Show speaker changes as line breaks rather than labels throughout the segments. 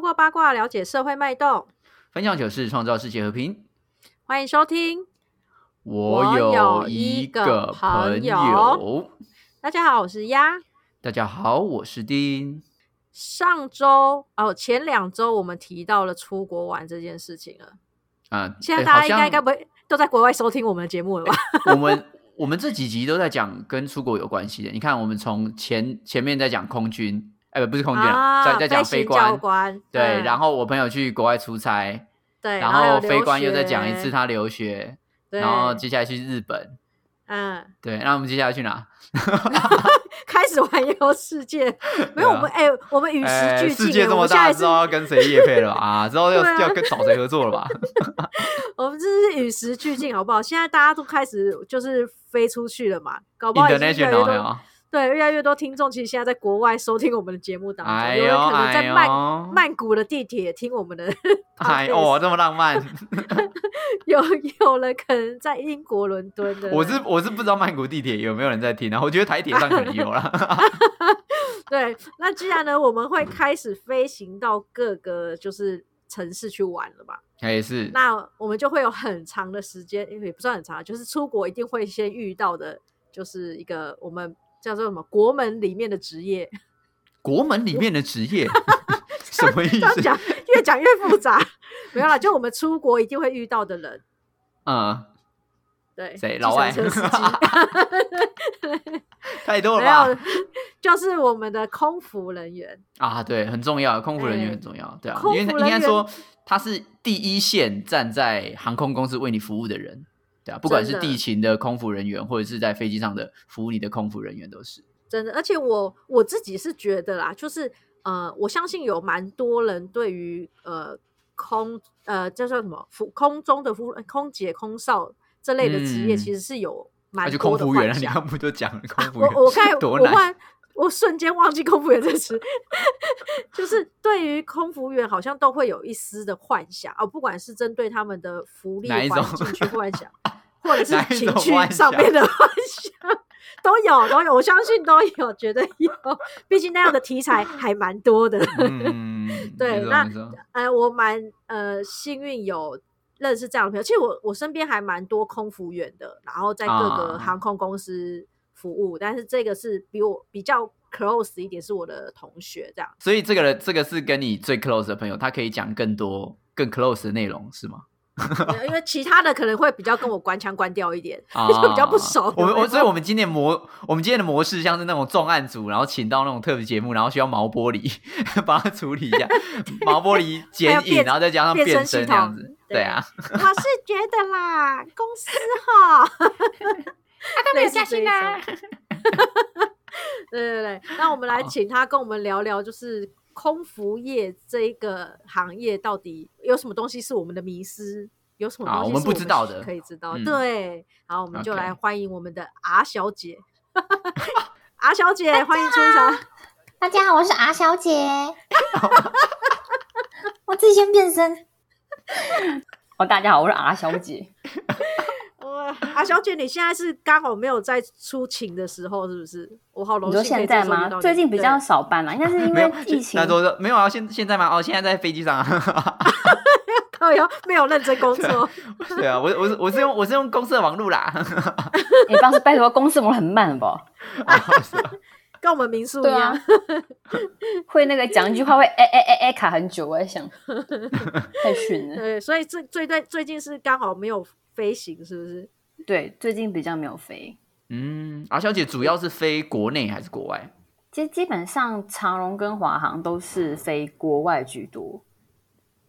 过八卦了解社会脉动。
分享糗事，创造世界和平。
欢迎收听，
我
有一
一
个
个
朋
朋
友大家好，我是鸭。
大家好，我是丁。
上周哦，前两周我们提到了出国玩这件事情了，
啊，
现在
哎
大
好
家应该
像哎
该不会都在国外收听我们的节目了吧？
我们我们这几集都在讲跟出国有关系的。你看，我们从前前面在讲空军，哎、不是空军啊，在在讲
飞
飞
行教
官。
官，
对，然
后
后我朋友去国外出差，
对，
然
还有
后
留
飞官又再讲一
学
次，他留学，
对
然后接下来去日本。
嗯，
对，那我们接下来去哪？
开始玩游世界，没有我们哎，我们与
啊哎
时俱进，欸
世界这
我
么
们下
大，
一
知
次
道要跟谁业配了吧？啊，之后要、
对啊
要跟找谁合作了吧？
我们这是与时俱进，好不好？现在大家都开始就是飞出去了嘛，搞不好已经越来越
International 哦
多
有？
对，越来越多听众其实现在在国外收听我们的节目当中，
哎
有人
呦
可能在
哎
曼、
呦，
曼谷的地铁听我们的，
哎哦，这么 浪漫，
有有人可能在英国伦敦的，
我是我是不知道曼谷地铁有没有人在听啊，我觉得台铁上可能有 啦。
对。那既然呢，我们会开始飞行到各个就是城市去玩了嘛，
哎也是，
那我们就会有很长的时间，也不算很长，就是出国一定会先遇到的，就是一个我们叫做什么国门里面的职 业。
国门里面的 职业什么意
这样
思？
讲越讲越复杂， 没有啦，就我们出国一定会遇到的人，
嗯，
对，
谁
计
老
程
外
车司 机
太多
没有
了吧？，
就是我们的空服人员，
啊，对，很重要，空服人员
哎
很重要，对啊，
空服
因为应
人
该
员
说他是第一线站在航空公司为你服务的人。对啊，不管
真的
是地勤的空服人员，或者是在飞机上的服务你的空服人员，都是。
真的，而且我我自己是觉得啦，就是呃，我相信有蛮多人对于呃空呃叫做什么服空中的服空姐、空少这类的职业，
嗯
其实是有
那
蛮
就空
多的
服员啊，
幻
你
想
刚不就讲了空 服员？
我我看我
多
忽
难
然 我瞬间忘记空服员这个词， 就是对于空服员好像都会有一丝的幻想哦，不管是针对他们的福利
哪一
环
种
境去幻 想，或者是
哪一
情
种
绪
幻
上
想
面的幻想，都有都有，我相信都有，绝对有，毕竟那样的题材还蛮多的。
嗯，
对
没错
那
没错
呃，我蛮呃幸运有认识这样的朋友。其实我我身边还蛮多空服员的，然后在各个
啊
航空公司服务，但是这个是比我比较 close 一点，是我的同学 这样。
所以这个人，这个是跟你最 close 的朋友，他可以讲更多、更 close 的内容，是吗？
对因为其他的可能会比较跟我官腔官调一点，
啊
就比较不熟
我
有
们
没
我
有
所以，我们今天的模，我们今天的模式像是那种重案组，然后请到那种特别节目，然后需要毛玻璃 帮他处理一下毛玻璃
还有
剪
变
影，然后再加上
变
变
声
身
系
这样
统
子。
对
对啊，
我是觉得啦，公司 哈，他
啊
都没有加薪啦。对对对，那我们来
好
请他跟我们聊聊，就是空服业这一个行业到底有什么东西是我们的迷失，有什么
好
东西
我
是
们不知道
需
的
可以知道。
嗯
对，然后我们就
OK
来欢迎我们的 R 小姐。R 小姐，欢迎出场。
大家好，我是 R 小姐。 我自己先变身。
哦，大家好，我是 R 小姐。
哇，R 小姐，你现在是刚好没有在出勤的时候，是不是？我好荣
你
幸
说
可以这时
现在
候遇到你。
吗？最近比
对
较少办了，应该是因
没
为
有
疫情哎
那。都说没有啊，现现在吗？哦，现在在飞机上啊。
靠腰没有认真工作，
对啊，我我是我是用我是用公司的网 路啦。
你当时拜托公司我很慢吧？
哦是啊
跟我们民宿一
对啊
样。，
会那个讲一 句话会哎哎哎哎卡很久，我在想，太逊了。
对，所以最最最最近是刚好没有飞行，是不是？
对，最近比较没有飞。
嗯，啊，小姐主要是飞国内还是国外？
其实基本上长荣跟华航都是飞国外居多，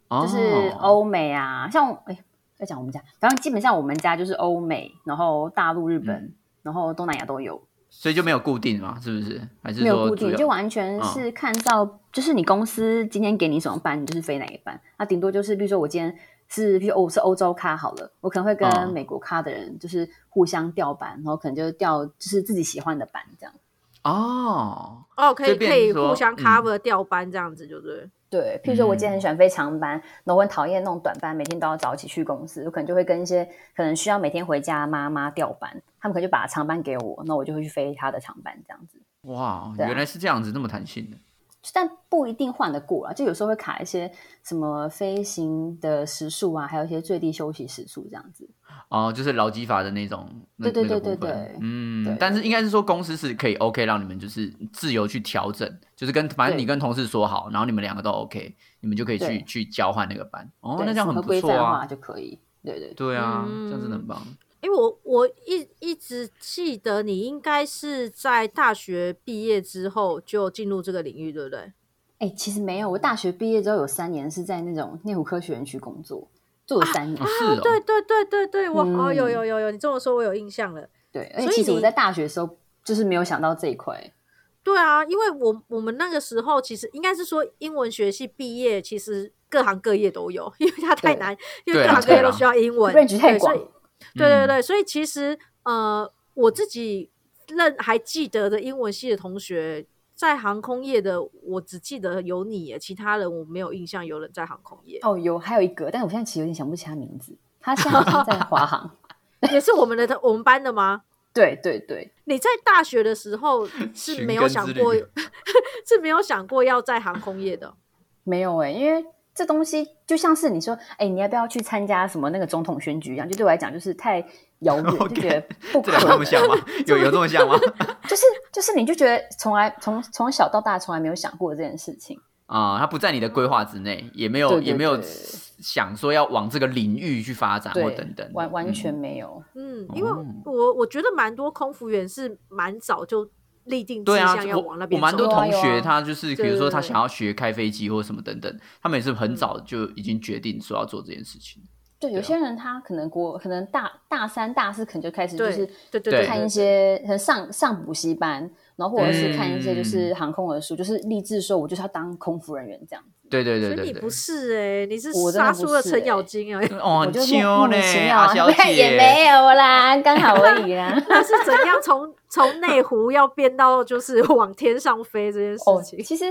就是
哦
欧美啊，像哎要讲我们家，反正基本上我们家就是欧美，然后大陆、日本，
嗯
然后东南亚都有。
所以就没有固定嘛，是不是？还是
没有
说主
固定，
要嗯
就完全是看到，就是你公司今天给你什么班，你就是飞哪个班。那顶多就是，比如说我今天是，比如哦我是欧洲咖好了，我可能会跟
嗯
美国咖的人就是互相调班，然后可能就调就是自己喜欢的班这样。
哦，
哦，可以
就变
可以
成说
互相
嗯
cover 调班这样子，就对。
对，譬如说我今天很喜欢飞长班，那、我很讨厌那种短班，每天都要早起去公司，我可能就会跟一些可能需要每天回家的妈妈调班，他们可能就把长班给我，那我就会去飞他的长班这样子。
哇，
对啊
原来是这样子，那么弹性的。
但不一定换得过啊，就有时候会卡一些什么飞行的时速啊，还有一些最低休息时速这样子。
哦，就是劳基法的那种，那
对对
那个
对对
部分
对
嗯
对，
但是应该是说公司是可以 OK 让你们就是自由去调整，就是跟反正你
对
跟同事说好，然后你们两个都 OK，你们就可以去
对
去交换那个班，哦，
对
那这样
符
很
合
不
规
错
范化
啊，
就可以。对对对，
对啊，
嗯
这样真的很棒，
因为我我一一直记得你应该是在大学毕业之后就进入这个领域，对不对？
哎、其实没有，我大学毕业之后有三年是在那种内湖科学园区工作，做了三年。
哦是哦，
对对对对对，我、哦有
嗯
有有有，你这么说我有印象了。
对，而且
所以
其实我
你
在大学的时候就是没有想到这一块。
对啊，因为我我们那个时候其实应该是说英文学系毕业，其实各行各业都有，因为它太
对
难，因为
对
各
啊
行各业
对啊
都需要英文
range 太
对所以
广
对对
嗯
对，所以其实呃，我自己认还记得的英文系的同学，在航空业的，我只记得有你耶，其他人我没有印象有人在航空业，
哦，有还有一个，但我现在其实有点想不起他名字。他 现在好像在华航。
也是我们的我们班的吗？
对对对，
你在大学的时候是
寻
没有
根之
想过
旅，
是没有想过要在航空业的。
没有哎、因为这东西就像是你说，哎、你要不要去参加什么那个总统选举一样？就对我来讲，就是太遥远，就觉得不可
这个有这么
能。
像吗？有有这么像吗？
就是就是，你就觉得从来从从小到大从来没有想过这件事情。
啊，它不在你的规划之内，也没有
对对
也没有
对
想说要往这个领域去发展或
对
等等的，，
完完
嗯
全没有。
嗯，因为
哦
我我觉得蛮多空服员是蛮早就立定志
对啊
向，要
我
往那
我
边
蛮多
走。
有啊
同
有
学
啊
他就是，比
对
如
对
说他
对嗯
想要学开飞机或什么等等，他们也是很早就已经决定说要做这件事情。
对，有
对啊
些人他可能国可能大大三大四可能就开始就
对
是
对对
对
看一些可能上上补习班，然后或者是看一些就是
嗯
航空的书，就是立志说我就是要当空服人员这样。
对对
所
对
以
对
你不
对。
是哎，你是
我真
杀
的不
出了
是
程
欸
咬金哎，
哦，
我
很
就
秋
莫
呢
名其，妙啊
阿小
也
姐，
没有啦，刚好而已啊啦。
那是怎样从从 内湖要变到就是往天上飞这件
哦，
事情？
其实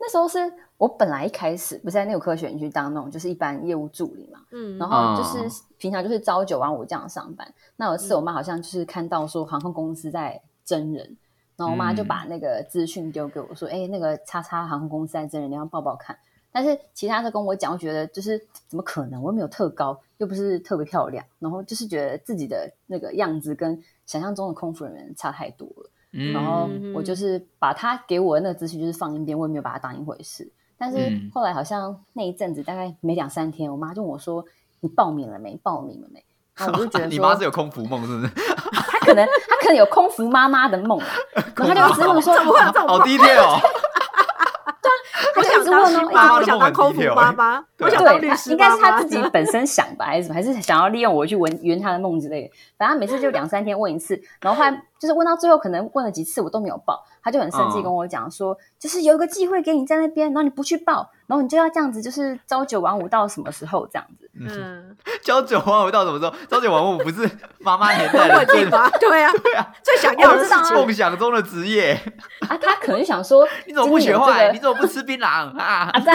那时候是我本来一开始不是在内有科学园区当那种就是一般业务助理嘛，
嗯，
然后就是、
嗯
平常就是朝九晚五这样上班。那有一次我妈好像就是看到说航空公司在真人，然后我妈就把那个资讯丢给我说：“哎、那个叉叉航空公司在真人，你要报报看。”但是其他的跟我讲，我觉得就是怎么可能？我又没有特高，又不是特别漂亮，然后就是觉得自己的那个样子跟想象中的空服人员差太多了。
嗯
然后
嗯
我就是把他给我的那个资讯就是放一边，我也没有把它当一回事。但是
嗯
后来好像那一阵子，大概每两三天，我妈就问我说：“你报名了没？报名了没？”然后我 就觉得
你妈
说
是，有空腹梦是不是？
她可能她可能有空服妈妈的 梦啊， 然后她就一直问我说：“
我有这种
好
梦
detail 哦，
我想
她就一直
当
问
新
哦，
妈，
妈
我
的
想当
梦很欸
空服
detail
妈妈，我
对，
想当律
她
师
应该
妈
是她
妈
自。己本身想吧，还是什么，还是想要利用我去圆圆她的梦之类的。反正她每次就两三天问一次，然后后来就是问到最后，可能问了几次我都没有报，她就很生气
嗯
跟我讲说，就是有一个机会给你在那边，然后你不去报，然后你就要这样子，就是朝九晚五到什么时候这样子。
嗯，
朝九晚五到什么时候？朝九晚五不是妈妈 年
很
代
稳
的最
定吧？对啊，
对 啊，
最想要的
我
事
知道啊
情。
梦想中的职业，
啊，她可能想说
，你怎么不
真
学
的有
坏？
这
你
个
怎么不吃槟榔 啊
啊？在，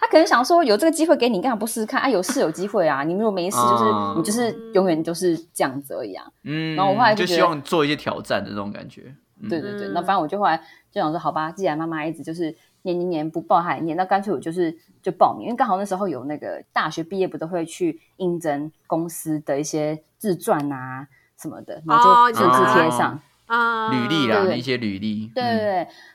她可能想说有这个机会给你，干嘛不试试看？啊，有事有机会啊，你如果没事，就是、
哦
你就是
嗯
永远就是这样子而已啊。
嗯，
然后我后来
就
就觉
希
得
望做一些挑战的那种感觉。嗯
对对对，
嗯
那反正我就后来就想说，好吧，既然妈妈一直就是念念念不报还念，那干脆我就是就报名，因为刚好那时候有那个大学毕业不都会去应征公司的一些自传啊什么的，然
哦
后
你
就
说
复制贴
哦
上。
啊，
履历啦，
对
那些履历，
对对
嗯
对，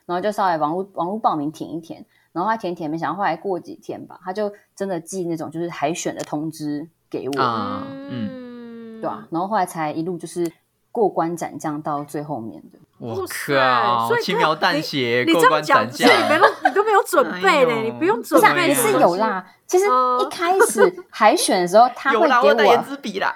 然后就稍微网络网络报名填一填，然后他填一填，没想到后来过几天吧，他就真的寄那种就是海选的通知给我，
啊
嗯，
对啊，然后后来才一路就是过关斩将到最后面的。
我
哇塞
靠
所以，他
轻描淡写，
你
过
这样
关斩
讲，所以
将，
你没有，你都没有准备呢，
哎呦
你不用
不
准
是、
备
啊，
啊，
也是有啦。其实
哦
一开 始海选的时候，他
有
会
啦，
给
我代言
我。
之笔啦，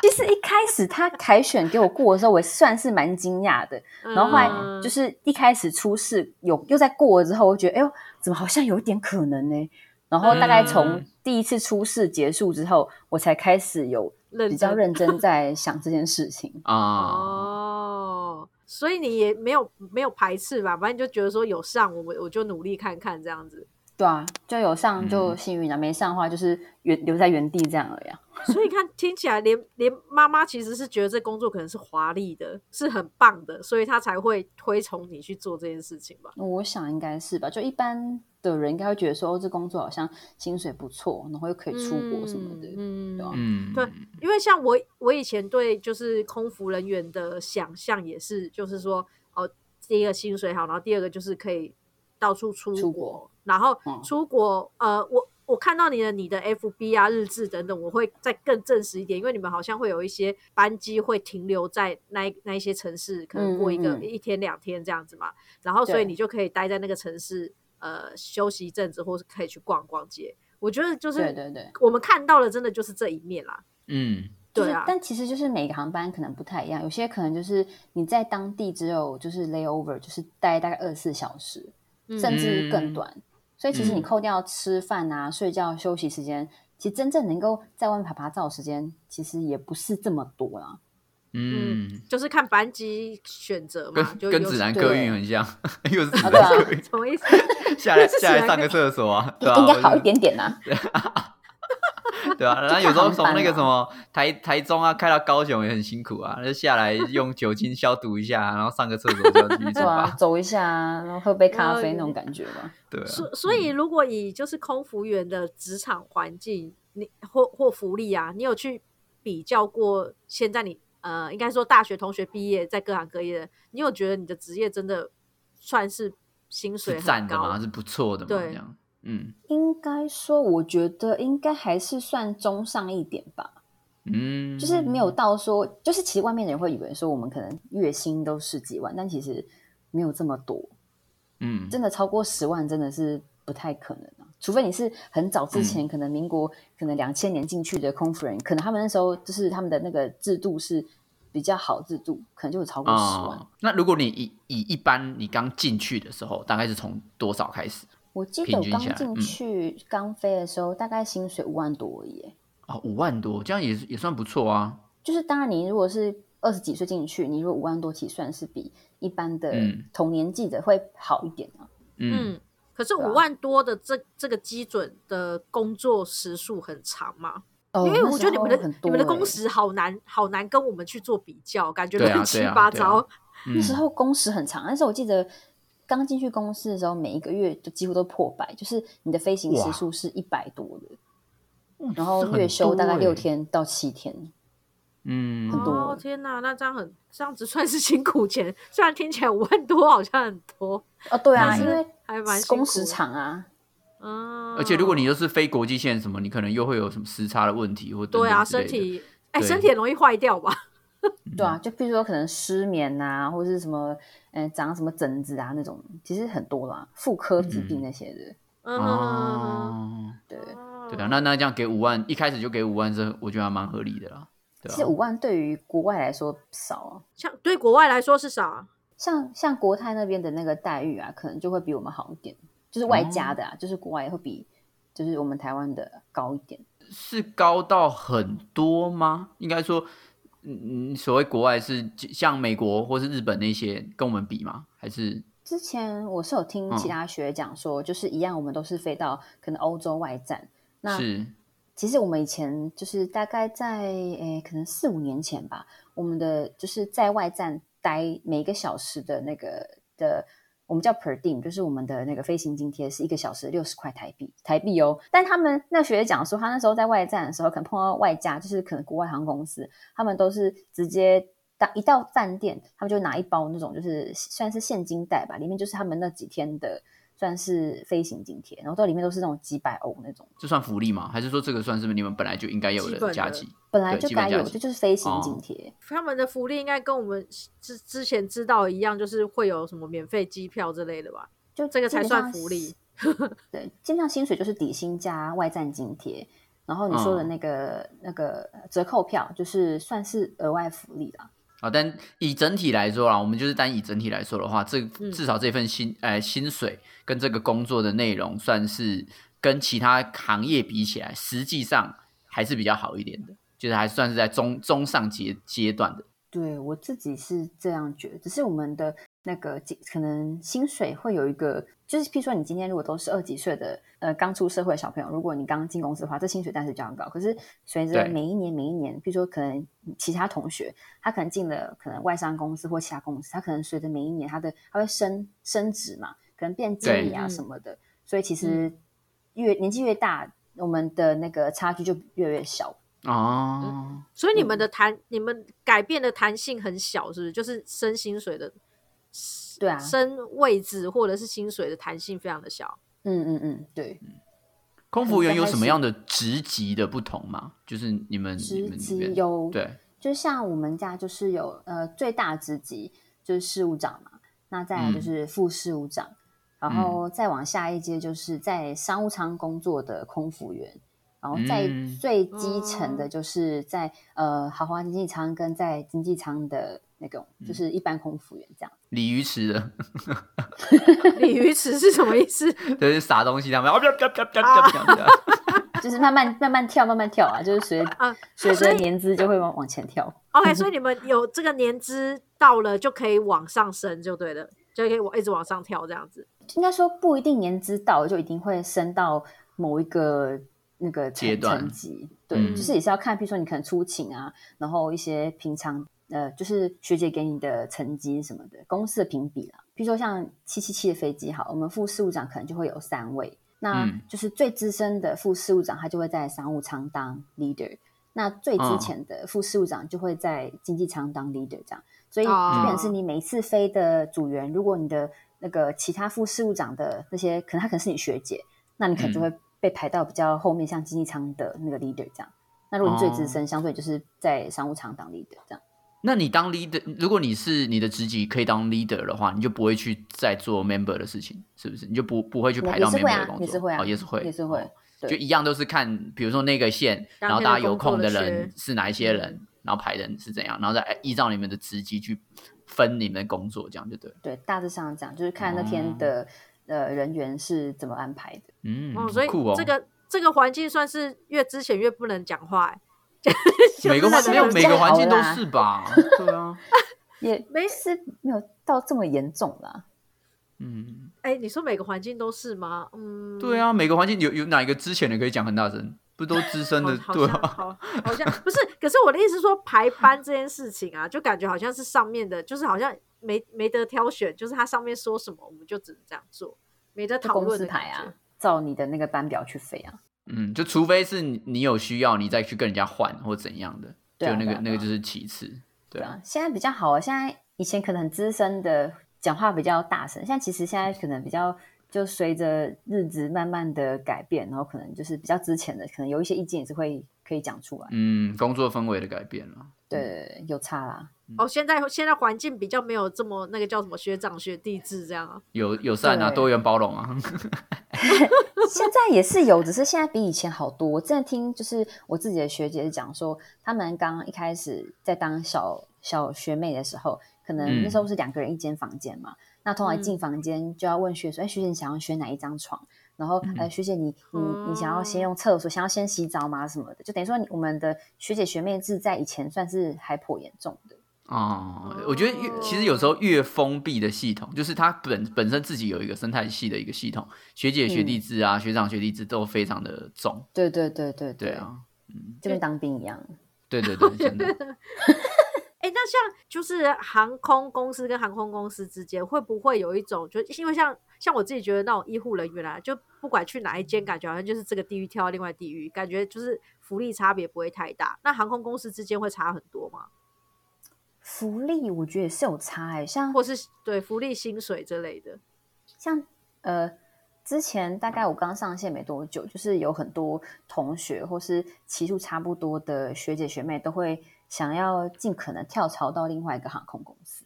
其实一开始他海选给我过的时候，我算是蛮惊讶的。
嗯，
然后后来
嗯
就是一开始初试有又在过了之后，我就觉得哎呦，怎么好像有一点可能呢、然后大概从
嗯
第一次初试结束之后，我才开始有
认
比较
真
认 真在想这件事情。
啊，
哦，所以你也没有没有排斥吧？反正你就觉得说有上，我们我就努力看看这样子。
对啊，就有上就幸运了、啊没上的话就是原留在原地这样而已、啊。
所以看听起来连，连妈妈其实是觉得这工作可能是华丽的，是很棒的，所以她才会推崇你去做这件事情吧。
我想应该是吧，就一般的人应该会觉得说，哦，这工作好像薪水不错，然后又可以出国什么的。
嗯
对啊
嗯，
对因为像我，我以前对就是空服人员的想象也是，就是说，哦，第一个薪水好，然后第二个就是可以到处出国，
出国
然后
嗯
出国，呃，我我看到你的你的 FB 啊、日志等等，我会再更证实一点，因为你们好像会有一些班机会停留在那一那一些城市，可能过一个、
嗯嗯嗯
一天两天这样子嘛，然后所以
对
你就可以待在那个城市，呃，休息一阵子，或是可以去逛逛街。我觉得就是
对对对，
我们看到了，真的就是这一面啦。
嗯，
对啊
就是，，但其实就是每个航班可能不太一样，有些可能就是你在当地只有就是 layover，就是待大概二十四小时，甚至
嗯
更短。所以其实你
嗯
扣掉吃饭啊、睡觉、休息时间，其实真正能够在外面爬爬照的时间，其实也不是这么多啦。
嗯，
就是看班机选择嘛，
跟
就
跟
有
指南
对
客运很像， 又是指
对
南
啊
客运，
什么意思？
下来
是指
下来
南
上
客
个厕所啊，对
应
啊，
应
我
该
就
好一点点啦、
对 啊，然后
看
有时候
航
从
班
那个
啦
什么台台中啊开到高雄也很辛苦啊， 就下来用酒精消毒一下，然后上个厕所就要继续出
对啊
发，，
走一下啊，然后喝杯咖
了解
啡那种感觉吧。
对啊，
所所以，如果以就是空服员的职场环境，你或或福利啊，你有去比较过？现在你呃，应该说大学同学毕业，在各行各业的，你有觉得你的职业真的算是薪水
是
很
赞的
高嗯
嘛，？是不错的嘛，
对
这样，嗯
应该说，我觉得应该还是算中上一点吧。
嗯，
就是没有到说，就是其实外面的人会以为说我们可能月薪都十几万，但其实没有这么多，
嗯，
真的超过十万真的是不太可能啊，除非你是很早之
嗯
前，可能民国可能两千年进去的空服人，可能他们那时候就是他们的那个制度是比较好制度，可能就有超过十万。
哦，那如果你以以一般你刚进去的时候，大概是从多少开始？
我记得
平
我
均
刚
下来
进
嗯
去、刚飞的时候，大概薪水五万多而已耶、
哦，五万多，这样也是也算不错啊。
就是当然，你如果是二十几岁进去，你如果五万多起算是比一般的
嗯
同年纪的会好一点啊。
嗯，
嗯，可是
对啊
五万多的这这个基准的工作时数很长嘛？
哦
因为
那
我
时
觉得你们
候
的、
很
你
多
们的
欸
工时好难好难跟我们去做比较，感觉
对啊
乱七
对啊
八
对啊
糟。
嗯
那时候工时很长，但是我记得刚进去公司的时候，每一个月就几乎都破百，就是你的飞行时数是一百多的，然后月休大概
欸
六，天到七天，
欸嗯，
很多
哦，天哪，那这样很这样子算是辛苦钱，虽然听起来五万多好像很多，
哦，对啊，
但是
因为
还蛮辛苦
工时长啊，
嗯，
而且如果你又是非国际线什么，你可能又会有什么时差的问题或等等
对啊，
之类
身
的，
体哎、
对
身体很容易坏掉吧？嗯
对啊，就譬如说可能失眠啊，或者是什么，嗯、长什么疹子啊那种，其实很多啦，妇科疾病那些的，
嗯，
哦，
对。
对啊，那那这样给五万，一开始就给五万，这我觉得还蛮合理的啦。对
其
啊
实，五万对于国外来说少啊，
像对国外来说是啊啥？
像像国泰那边的那个待遇啊，可能就会比我们好一点，就是外加的啊，就是国外也会比就是我们台湾的高一点。
是高到很多吗？应该说，嗯，嗯所谓国外是像美国或是日本那些跟我们比吗？还是
之前我是有听
嗯
其他学讲说，就是一样，我们都是飞到可能欧洲外站。那
是
其实我们以前就是大概在诶，可能四五年前吧，我们的就是在外站待每一个小时的那个的，我们叫 per diem，就是我们的那个飞行津贴是一个小时六十块台币台币哦。但他们那学姐讲说，他那时候在外站的时候，可能碰到外加，就是可能国外航空公司，他们都是直接到一到饭店，他们就拿一包那种就是算是现金袋吧，里面就是他们那几天的算是飞行津贴，然后到里面都是那种几百欧那种。
这算福利吗？还是说这个算是你们本来就应该有
基本的
假期？
本来
对
就
基本
该
价
有，
钱
这就是飞行
哦
津贴。
他们的福利应该跟我们之之前知道一样，就是会有什么免费机票之类的吧？
就
这个才
基本
算
上
福利。
对，基本上薪水就是底薪加外站津贴，然后你说
嗯
的那个、那个折扣票，就是算是额外福利啦。
啊，但以整体来说啦，我们就是单以整体来说的话，这
嗯
至少这份薪呃薪水跟这个工作的内容，算是跟其他行业比起来，实际上还是比较好一点的，就是还算是在中中上阶阶段的。
对我自己是这样觉得，只是我们的那个金可能薪水会有一个就是譬如说你今天如果都是二十几岁的呃刚出社会的小朋友，如果你刚进公司的话，这薪水当然是比较高。可是随着
对
每一年每一年，譬如说可能其他同学他可能进了可能外商公司或其他公司，他可能随着每一年他的他会升升职嘛，可能变经理啊
对
什么的。所以其实越年纪越大，我们的那个差距就越来越小。
哦，
所以你们
嗯
的弹，你们改变的弹性很小，是不是？就是升薪水的，
对啊
升位置或者是薪水的弹性非常的小。
嗯嗯嗯，对。
空
嗯
服员有什么样的职级的不同吗？就是你们你
职
们那
级
边
有，
对
就像我们家就是有呃最大职级就是事务长嘛，那再来就是副事务长，然后再往下一阶就是在商务舱工作的空服员，然后在
嗯
最基层
哦
的就是在、呃豪华经济舱跟在经济舱的那种就是一般空服员这样。
鲤鱼池的，
鲤鱼池是什么意思？
就是撒东西他 们，啊啪啪啪啪啪啪啪
就是慢慢慢慢跳，慢慢跳啊，就是随
啊
随
所
着
以
年资就会往往前跳。
OK，所以你们有这个年资到了就可以往上升，就对了，就可以往一直往上跳这样子。
应该说不一定年资到就一定会升到某一个那个层
阶段
层级，对，
嗯
就是也是要看，比如说你可能出勤啊，然后一些平常呃，就是学姐给你的成绩什么的，公司的评比啦。比如说像七七七的飞机，好，我们副事务长可能就会有三位，那
嗯
就是最资深的副事务长，他就会在商务舱当 leader。那最之
哦
前的副事务长就会在经济舱当 leader 这样，所以就
哦
变成是你每一次飞的组员，如果你的那个其他副事务长的那些，可能他可能是你学姐，那你
嗯
可能就会被排到比较后面，像经济舱的那个 leader 这样。那如果你最
哦
资深，相对就是在商务舱当 leader 这样。
那你当 leader，如果你是你的职级可以当 leader 的话，你就不会去再做 member 的事情，是不是？你就不不会去排到
也是会
member
啊
的工作，
也是会啊
哦，也是会，
也是会
哦
对
就一样都是看，比如说那个线，
当天的
然后大家有空
工作的嗯
人
缺
是哪一些人，然后排人是怎样，然后再依照你们的职级去分你们的工作，这样就对了。
对，大致上这样，就是看那
哦
天的、呃人员是怎么安排的。
嗯，
哦，所以
酷哦，
这个这个环境算是越之前越不能讲话、欸。
每个环
就是
没有
这
每
样
个环境
好
都
啦
是吧？对啊，
也
没
是没有到这么严重啦。
嗯，
哎、你说每个环境都是吗？嗯，
对啊，每个环境有有哪一个之前的可以讲很大声，不都资深的
哦好好
对
像
啊？
好好像不是，可是我的意思是说排班这件事情啊，就感觉好像是上面的，就是好像没没得挑选，就是它上面说什么我们就只能这样做，没得讨
公
论
司
的感
排
觉
啊，照你的那个班表去飞啊。
嗯，就除非是你你有需要，你再去跟人家换或怎样的，
对啊
就那
对
个
啊
那
对啊
个就是其次，对
对啊，现在比较好啊。现在以前可能很资深的讲话比较大声，现在其实现在可能比较就随着日子慢慢的改变，然后可能就是比较之前的，可能有一些意见也是会可以讲出来。
嗯，工作氛围的改变了，
对对，对有差啦。
哦，现在现在环境比较没有这么那个叫什么学长学弟制这样啊。
友友善啊，
对
多元包容啊，
现在也是有，只是现在比以前好多。我之前听就是我自己的学姐讲说，他们刚一开始在当小小学妹的时候，可能
嗯
那时候是两个人一间房间嘛，那通常一进房间就要问学姐说：“哎、学姐你想要选哪一张床？”然后呃，学姐你你你想要先用厕所，想要先洗澡吗？什么的，就等于说你我们的学姐学妹制在以前算是还颇严重的。
哦，我觉得越其实有时候越封闭的系统，就是它本本身自己有一个生态系的一个系统，学姐学弟
嗯
制啊，学长学弟制都非常的重，
对对对对
对，啊，
就跟当兵一样。
对对对，真 的。
哎、那像就是航空公司跟航空公司之间，会不会有一种，就因为像像我自己觉得那种医护人员啊，就不管去哪一间，感觉好像就是这个地狱跳到另外地狱，感觉就是福利差别不会太大。那航空公司之间会差很多吗？
福利我觉得也是有差哎、像
或是对福利、薪水之类的？
像呃，之前大概我刚上线没多久，就是有很多同学或是骑数差不多的学姐学妹都会想要尽可能跳槽到另外一个航空公司。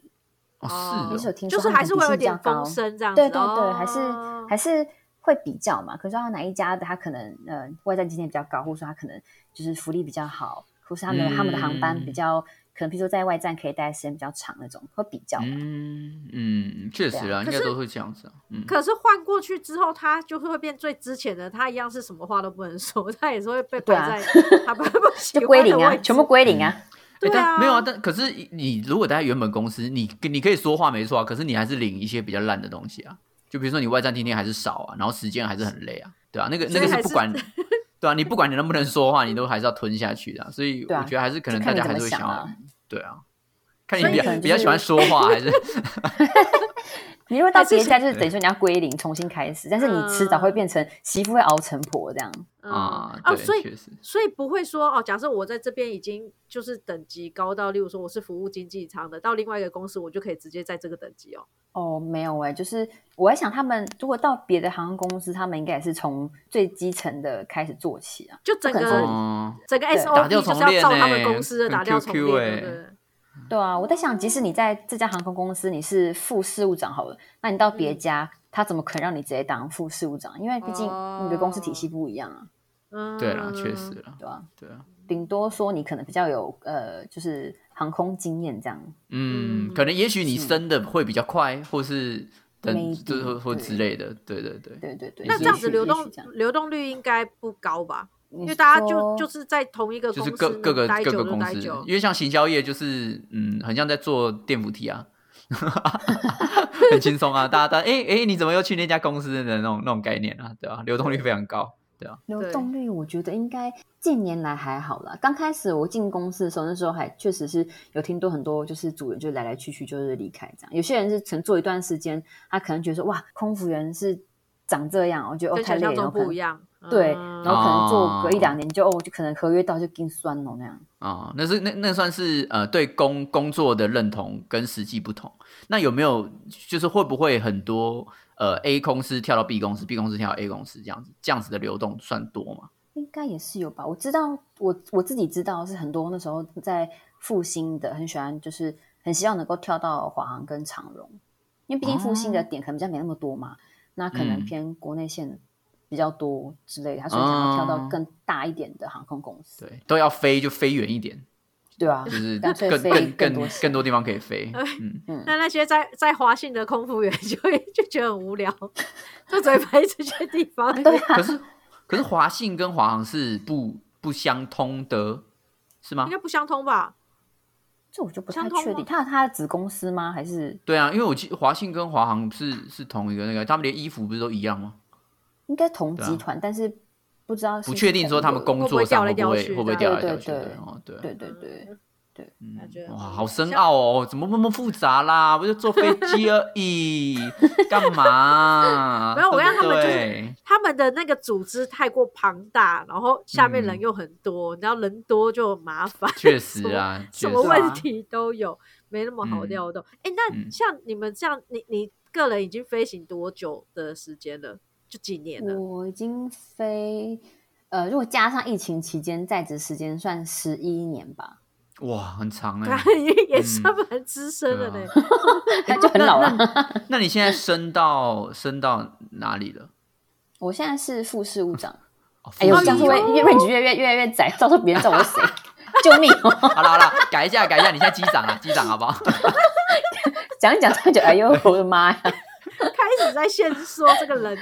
哦，
哦
你
是
是有
哦，
听
就
说
是还是会有点
风
风声这样子，
对对对，还是
哦
还是会比较嘛。可是他哪一家的，他可能呃外站经验比较高，或者说他可能就是福利比较好，或是他们、他们的航班比
嗯
较可能，比如说在外站可以待的时间比较长那种，会比较嘛。
嗯嗯，确实
对
啊，应
可
该
是
都会这样子啊，嗯，
可是换过去之后，他就是会变最之前的，他一样是什么话都不能说， 他也是会被
对
摆
啊
在他 不不喜
就归
欢的
零啊
位，置
全部归零啊。
欸
对
但
啊
没有啊，但可是你如果待在原本公司，你你可以说话没错啊，可是你还是领一些比较烂的东西啊，就比如说你外站天天还是少啊，然后时间还是很累啊，对啊，那个那个
所以还
是
是
不管，对啊，你不管你能不能说话，你都还是要吞下去的啊、所以
对啊
我觉得还是可能
就
大
看你
家还
怎么
是会
想
想要，
啊
对啊，看你
所以
比较、
可能
比较
就是
喜欢说话还是
你如果到
还是
节假，哎就是嗯等于说你要归零，重新开始，但是你迟早会变成媳妇会熬成婆这样。
嗯
啊、
哦，所
对，
以
确实，
所以不会说哦，假设我在这边已经就是等级高到，例如说我是服务经济舱的，到另外一个公司我就可以直接在这个等级哦。
哦，没有哎、就是我在想，他们如果到别的航空公司，他们应该也是从最基层的开始做起啊。
就整
不可能
个
嗯，
整个
对
S O
打
P
掉
就是
重
要
练
照他们
欸
公司的
很
打掉重
QQ
练，
欸
对不对？
对啊，我在想，即使你在这家航空公司你是副事务长好了，那你到别
嗯
家，他怎么可能让你直接当副事务长？因为毕竟你的公司体系不一样啊，
嗯，
对啦，确实啦，
对吧、啊？
对啊，
顶多说你可能比较有呃，就是航空经验这样。
嗯，
嗯
可能也许你
是
升的会比较快，或是等
Maybe，
就是或或
对
之类的，对对对。
对对对，
那
也
这样子
许
流
也许
动
这样
流动率应该不高吧？
因
因为大家就
说
就是在同一个
就
公司
是各各个
待
各
久
个
就
公
待
司
久，
因为像行销业就是嗯，很像在坐电扶梯啊， 很轻松啊，大家大家哎哎、你怎么又去那家公司的那种那种概念啊，对吧、流动率非常高，对啊，
流
对
动率，我觉得应该近年来还好啦。刚开始我进公司的时候，那时候还确实是有听多很多，就是组员就来来去去，就是离开这样。有些人是曾做一段时间，他可能觉得说哇，空服员是长这样，我觉得哦
跟
太
想
累了，
象中
然后可
不一
能
样。
对，
嗯
然后可能做
哦
个一两年就哦，就可能合约到就更酸了那样。
啊、那是那那算是呃对工工作的认同跟实际不同。那有没有就是会不会很多呃 A 公司跳到 B 公司，B 公司跳到 A 公司这样子，这样子的流动算多吗？
应该也是有吧。我知道，我我自己知道是很多那时候在复兴的，很喜欢，就是很希望能够跳到华航跟长荣，因为毕竟复兴的点可能比较没那么多嘛，那可能
哦嗯
偏国内线比较多之类的，他所以想要跳
哦
到更大一点的航空公司，
对，都要飞就飞远一点，
对啊
就，是
干脆
更
飞
更
更
更
多
更多地方可以飞，嗯。
那那些在在华信的空服员 就会就觉得很无聊，就只会拍这些地方。
对啊
可，是可是华信跟华航是不不相通的，是吗
应？该不相通吧？
这我就不太
相通
确定，
吗
他有他的子公司吗？还是
对啊，因为我记华信跟华航是是同一个那个，他们连衣服不是都一样吗？
应该同
对啊
集团，但是不知道是
不
是
确定说
同一
他们
个
工作上
会
会
不会掉
不
来掉
会
去
会不会
这
掉
样
来掉去
对对
对哦，对啊，
对对对，
嗯
感觉
哇，好深奥哦，怎么那么复杂啦？不就坐飞机而已，干嘛？
没有我
对
跟
不
他们就是
对
他们的那个组织太过庞大，然后下面人
嗯
又很多，然后人多就麻烦，
确实啊，
什
确
么
实
问题都有，没那么好
嗯
调动。哎、那
嗯
像你们这样，你你个人已经飞行多久的时间了？就几年了？
我已经飞，呃，如果加上疫情期间在职时间，算十一年吧，
哇，很长
对啊
哎。
也也算蛮资深的
对
嘞
啊。
哎那 就很老了。
那你现在升到升到哪里了？
我现在是副事务长，
哦
哎呦，
副
这样
市
会不
长
会越 range 越越越来越窄？到时候别人知道我是谁，救命哦！
好了好了，改一下改一下，你现在机长啊，机长好不 好？
讲一讲他就哎呦我的妈呀！
开始在现说这个人，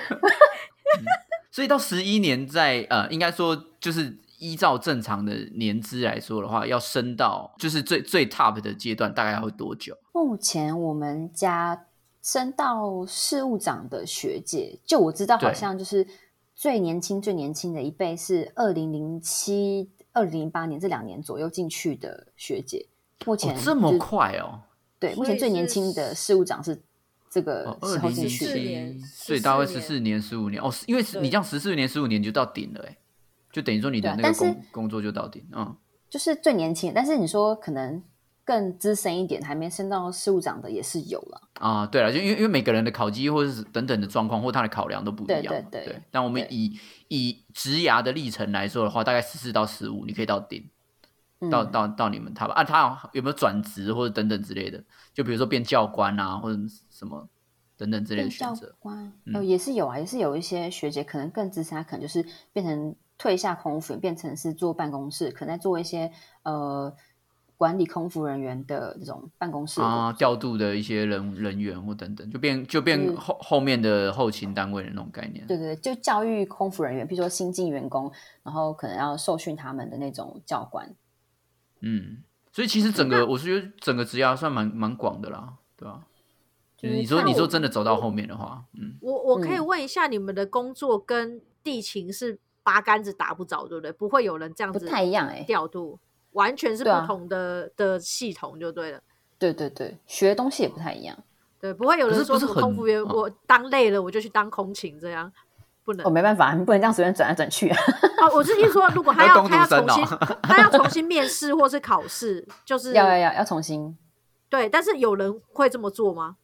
所以到十一年在呃，应该说就是依照正常的年资来说的话，要升到就是最最 top 的阶段，大概要多久？
目前我们家升到事务长的学姐，就我知道
对
好像就是最年轻最年轻的一辈是二零零七、二零零八年这两年左右进去的学姐。目前、
哦，这么快哦，
对，目
所
前
以
最年
是
轻的事务长是这个
哦二
时候
零
进
零
去的，
七，
14
所以大概十
年
四年、十五年哦，是因为
对
你这样十四年、十五年就到顶了，哎，就等于说你
对
的
啊
那
但
个
是
工工作就到顶，嗯，
就是最年轻的。但是你说可能更资深一点，还没升到事务长的也是有了。
啊，对了，就因为因为每个人的考绩或者是等等的状况或他的考量都不一样嘛，
对对对
但我们
对
以以职涯的历程来说的话，大概十四到十五，你可以到顶，
嗯，
到到到你们他吧啊，他有没有转职或者等等之类的？就比如说变教官啊，或者什么等等之类的
变
选
教
择。
官
嗯
哦，也是有啊，也是有一些学姐可能更资深，她可能就是变成退下空服员，变成是做办公室，可能在做一些呃管理空服人员的这种办公室的工作
啊，调度的一些人人员或等等，就变就变
嗯
后后面的后勤单位的那种概念。
对对，对，就教育空服人员，比如说新进员工，然后可能要受训他们的那种教官。
嗯嗯，所以其实整个我是觉得整个职涯算蛮蛮广的啦，对吧、就是你
你
说
看
你说
我
真的走到后面的话，嗯，
我我可以
嗯
问一下，你们的工作跟地勤是八竿子打不着，对不对？不会有人这样
不
子
太一样哎、
调度，完全是
对啊
不同的、的系统就对了。
对对对，学的东西也不太一样。
对，不会有
可
人
是
说
不
什
是
么
很
空服员，
嗯
我当累了我就去当空勤这样，不能
哦我、。没办法，你不能这样随便转来转去啊。
哦，我是听说，如果他
要
要
攻
他要
读生
重新
哦
他要重新面试或是考试，就是
要要要要重新。
对，但是有人会这么做吗？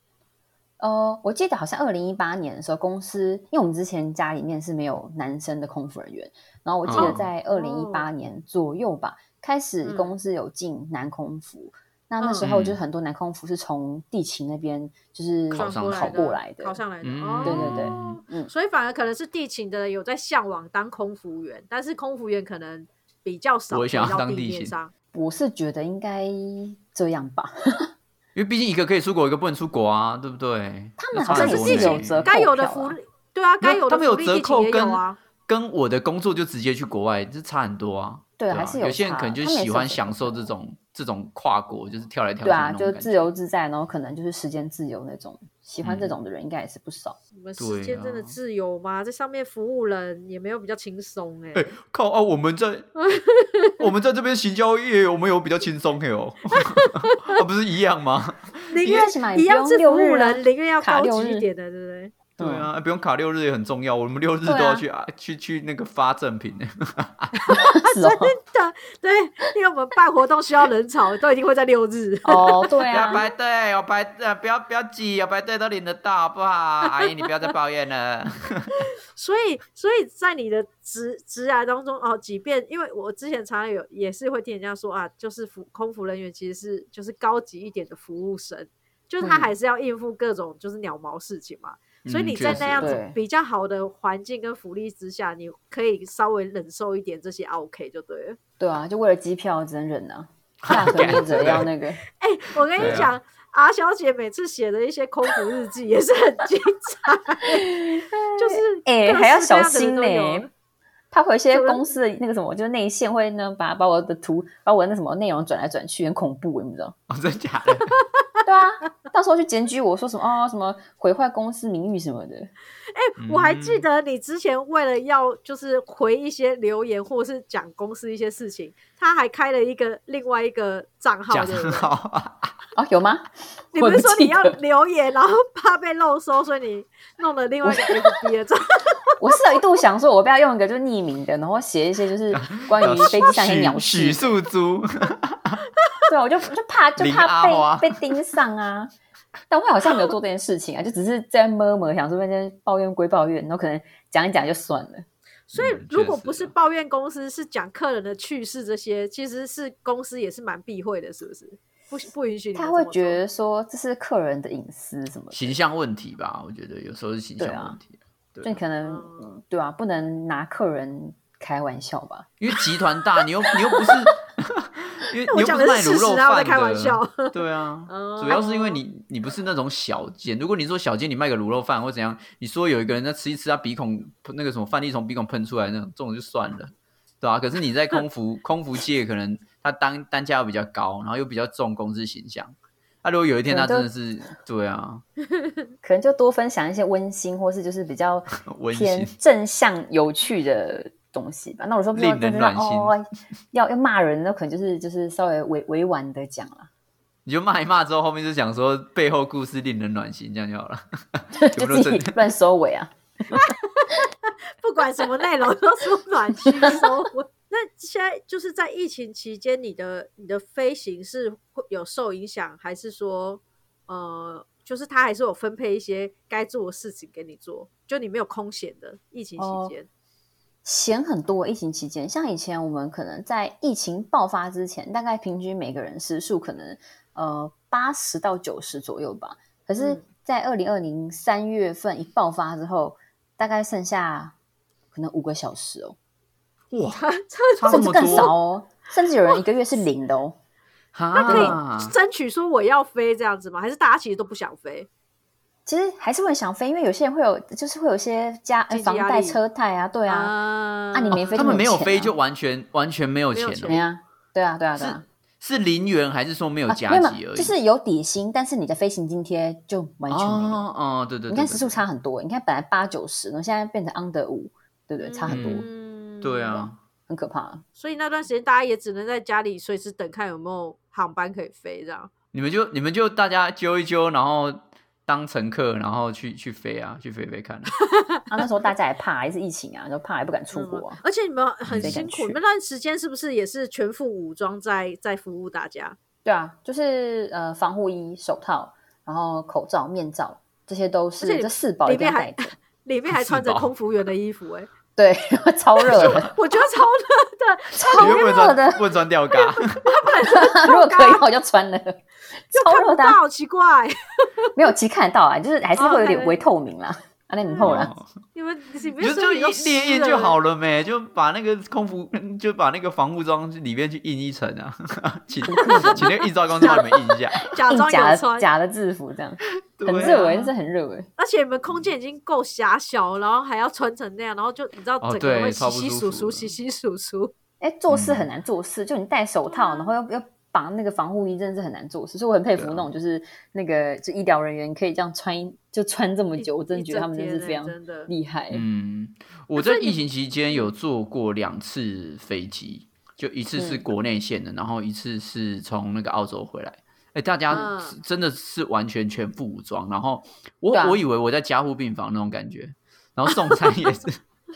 呃，我记得好像二零一八年的时候，公司因为我们之前家里面是没有男生的空服人员，然后我记得
嗯
在二零一八年左右吧，开始
哦嗯
公司有进男空服。那那时候
嗯
就是很多男空服是从地勤那边就是
考上
过
来
考
的
过来的，
考上来的，
嗯
哦，
对对对
对
嗯
所以反而可能是地勤的有在向往当空服员，但是空服员可能比较少
我也想要
回到
当
地
地
面
勤
上。
我是觉得应该这样吧。
因为毕竟一个可以出国，一个不能出国啊，对不对？
他们
那
好
差
像
很
也
多
是
呢
有折扣
该有的
票
福
啦
利，对啊，该
没有
有的
他们有
福利
折
地勤
扣
也有
跟
啊。
跟我的工作就直接去国外，这差很多啊。
对
啊，
还是
有
有
些人可
差
能就
他们也
喜
是有
欢
折
享受
扣
这种这种跨国，就是跳来跳去
对啊，
那
就
种
自
感觉。
由自在，然后可能就是时间自由那种，喜欢这
嗯
种的人应该也是不少。
你们
对
时间真的
啊
自由吗？在上面服务人也没有比较轻松哎。
哎靠啊！我们 在我们在这边行交业，我们有比较轻松嘿哦， 啊不是一样
嗯
吗？
宁
因为
愿
最起码也
一
不
样
用
是服
六
务
日啊
人，宁愿要
卡
高
六
级一
日
点的，对不对？
对
嗯，
啊，哎不用卡六日也很重要，我们六日都
对啊
要去啊去去那个发赠品。
啊是哦，
对，因为我们办活动需要人潮，都一定会在六日。
哦，对
不要
啊，
排队，我排呃不要不要挤，有排队都领得到，好不好？阿姨，你不要再抱怨 了。
所以，所以在你的职职涯当中，哦，即便因为我之前常常有也是会听人家说啊，就是服空服人员其实是就是高级一点的服务生，就是他
嗯
还是要应付各种就是鸟毛事情嘛。所以
嗯
你在
确
那
实
样子
对
比较好的环境跟福利之下，你可以稍微忍受一点这些 OK 就对了。
对啊，就为了机票只能忍啊， 大腿忍者要那个，
哎、我跟
对
你
啊
讲，阿小姐每次写的一些空服日记也是很精彩， 就是
哎，
各
还要
式各
小
样的人
心
都有啊
呢。怕会有一些
怎么
公司的那个什么，就是内线会呢，把把我的图，把我的那什么内容转来转去，很恐怖，你知道？
哦，真假 的？
对啊，到时候去检举我说什么哦，什么毁坏公司名誉什么的，
哎我还记
嗯
得你之前为了要就是回一些留言或是讲公司一些事情，他还开了一个另外一个账号，
假
对不对？
的 好。
哦，有吗？
你
我
不是
不
说
记
你要
得
留言，然后 怕被漏收，所以你弄了另外一个 FB 的账 号？
我是有一度想说，我不要用一个就是匿名的，然后写一些就是关于飞机上一些鸟
哦许 许。
事
素珠，
对啊，我就就怕就
林阿花
怕被被盯上啊。但我好像没有做这件事情啊，就只是在摸摸，想说那些抱怨归抱怨，然后可能讲一讲就算了。
所以
嗯
如
确
果
实
不是
啊
抱怨公司，是讲客人的趣事这些，其实是公司也是蛮避讳的，是不是？不不允许你们
他
这么
会
做
觉得说这是客人的隐私什么的，
形象问题吧？我觉得有时候是形象
对啊
问题，对
就你可能、嗯对啊，不能拿客人开玩笑吧？
因为集团大，你又你又不 是，因为
我
你又
讲
不
的
卖
是
卤
事实
肉
啊我在
饭
开玩
的
笑
对啊，
哦
主要是因为你你不是那种小件，如果你说小件，你卖个卤肉饭或怎样，你说有一个人在吃一吃，他鼻孔那个什么饭粒从鼻孔喷出来那种，这种就算了，对啊，可是你在空服 空服界，可能他单单价又比较高，然后又比较重公司形象。那、如果有一天他
可
真
能
的
就是
对啊，
可能就多分享一些温馨，或是就是比较
温馨
偏正向、有趣的东西吧。那我说不要
令人
真的
暖心
哦，要要 骂人，那可能就是就是稍微委委婉的讲啊啦，
你就骂一骂之后，后面就讲说背后故事令人暖心，这样就好了。
就
有 没有
自己
正
乱收尾啊。
不管什么内容都是暖心收尾。那现在就是在疫情期间，你的你的飞行是会有受影响，还是说，呃，就是他还是有分配一些该做的事情给你做，就你没有空闲的疫情
哦
期间，
钱很多，疫情期间，像以前我们可能在疫情爆发之前，大概平均每个人时数可能呃八十到九十左右吧。可
嗯
是，在二零二零三月份一爆发之后，大概剩下可能五个小时哦，
哇， 差这
甚至
么
更少
多
哦，甚至有人一个月是零的哦。
那可
啊
以！争取说我要飞这样子吗？还是大家其实都不想飞？
其实还是会想飞，因为有些人会有，就是会有些家、呃
经济
房
压
贷、
力
车贷啊，对啊，
啊
啊你没
哦
飞
他
就
们
没
没
有
有
钱
飞
啊
就完全完全没有
没
钱
有
了
钱
怎么样？对啊，对啊，对啊，
是零元还是说没有
啊
加
没有没
急而
有，
已？
就是有底薪，但是你的飞行津贴就完全没有。
哦哦，对对，
你
对
看
对
时速差很多，你看本来八九十，然后现在变成 under 五，对不对？差很多，
嗯
对啊，
很可怕。
所以那段时间大家也只能在家里随时等看有没有航班可以飞，这样
你们就你们就大家揪一揪，然后当乘客，然后去去飞啊，去飞飞看啊、
啊，那时候大家也怕，也是疫情啊，就怕也不敢出国、啊
嗯。而且你们很
没
辛
敢
苦，
去
那段时间是不是也是全副武装在在服务大家？
对啊，就是呃，防护衣、手套，然后口罩、面罩，这些都
而且
是
里
这四宝一定要带着。
里 面还穿着
是吧
空服员的衣服、欸，
对， 超热 的，
我觉得 超热的，
超
你问
热的
专。问专吊 嘎，
如果可以，我就穿了。
就
超
看
热
不
的啊，
到，奇怪、
没有其实看得到啊，就是还是
哦
会有点
对
微透明啦。啊，那你后啦，
哦
你们你啊
你
们
就就一
烈
列
焰
印就好
了，
了没？就把那个空服，就把那个防护装里面去印一层啊， 请请那个印照工作人员印一下。
嗯假
印
装
假
有
的
穿，
假的制服这样，
对
很
啊
热欸诶，是很热诶。
而且你们空间已经够狭小，然后还要穿成那样，然后就你知道
哦
整个
对
人会
超
稀
不
稀
舒
疏
服
疏、
的
稀稀疏疏。
哎，做事
嗯
很难做事，就你戴手
啊
套，然后又又绑那个防护衣，真的是很难做事。所以我很佩服
对啊
那种就是那个就医疗人员可以这样穿一就穿这么
一
久，我真的
一
觉
整
得他们真
天
是
欸
非常
真的
厉害。
嗯，我在疫情期间有坐过两次飞机，就一次是
嗯
国内线的，然后一次是从那个澳洲回来。哎、大家
嗯
是真的是完全全副武装，然后我、
对啊
我以为我在加护病房那种感觉，然后送餐也是，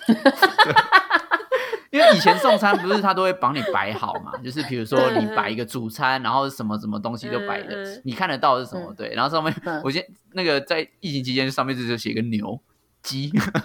对因为以前送餐不是他都会帮你摆好嘛，就是比如说
对
你摆一个主餐，然后什么什么东西都摆
嗯
的，
嗯
你看得到是什么、
嗯
对，然后上面、
嗯
我先那个在疫情期间上面就写个牛 鸡羊。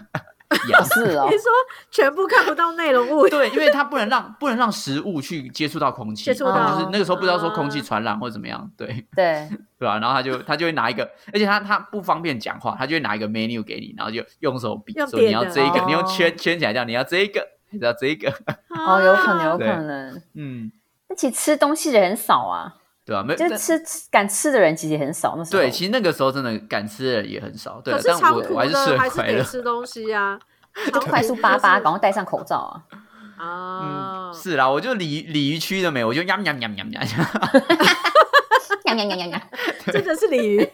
是哦
你，说全部看不到内容物，
对，因为它不能让不能让食物去接触到空气，
接触啊
到
就是那个时候不知道说空气传染或怎么样，对
对，
对吧、然后他就他就会拿一个，而且他他不方便讲话，他就会拿一个 menu 给你，然后就用手比
用
说你
点
要
的
这个，
哦
你用圈圈起来这样，你要这一个，你要这一个，
哦，有可能，有
啊
可
对
能。
嗯，
那其实吃东西的人很少啊，
对吧、没
就
但
吃吃敢吃的人其实也很少。那时候
对，其实那个时候真的敢吃的人也很少，对
可
啊，
是
但
长
我
途
我还是吃
的
的
还是
快乐
得，吃东西啊，
就快速 叭叭，赶
搞
快戴上口罩啊！
啊哦
嗯，，是啦，我就鲤鲤鱼区的没有，我就喵喵喵喵喵，
呀呀呀呀呀！
真的是鲤鱼。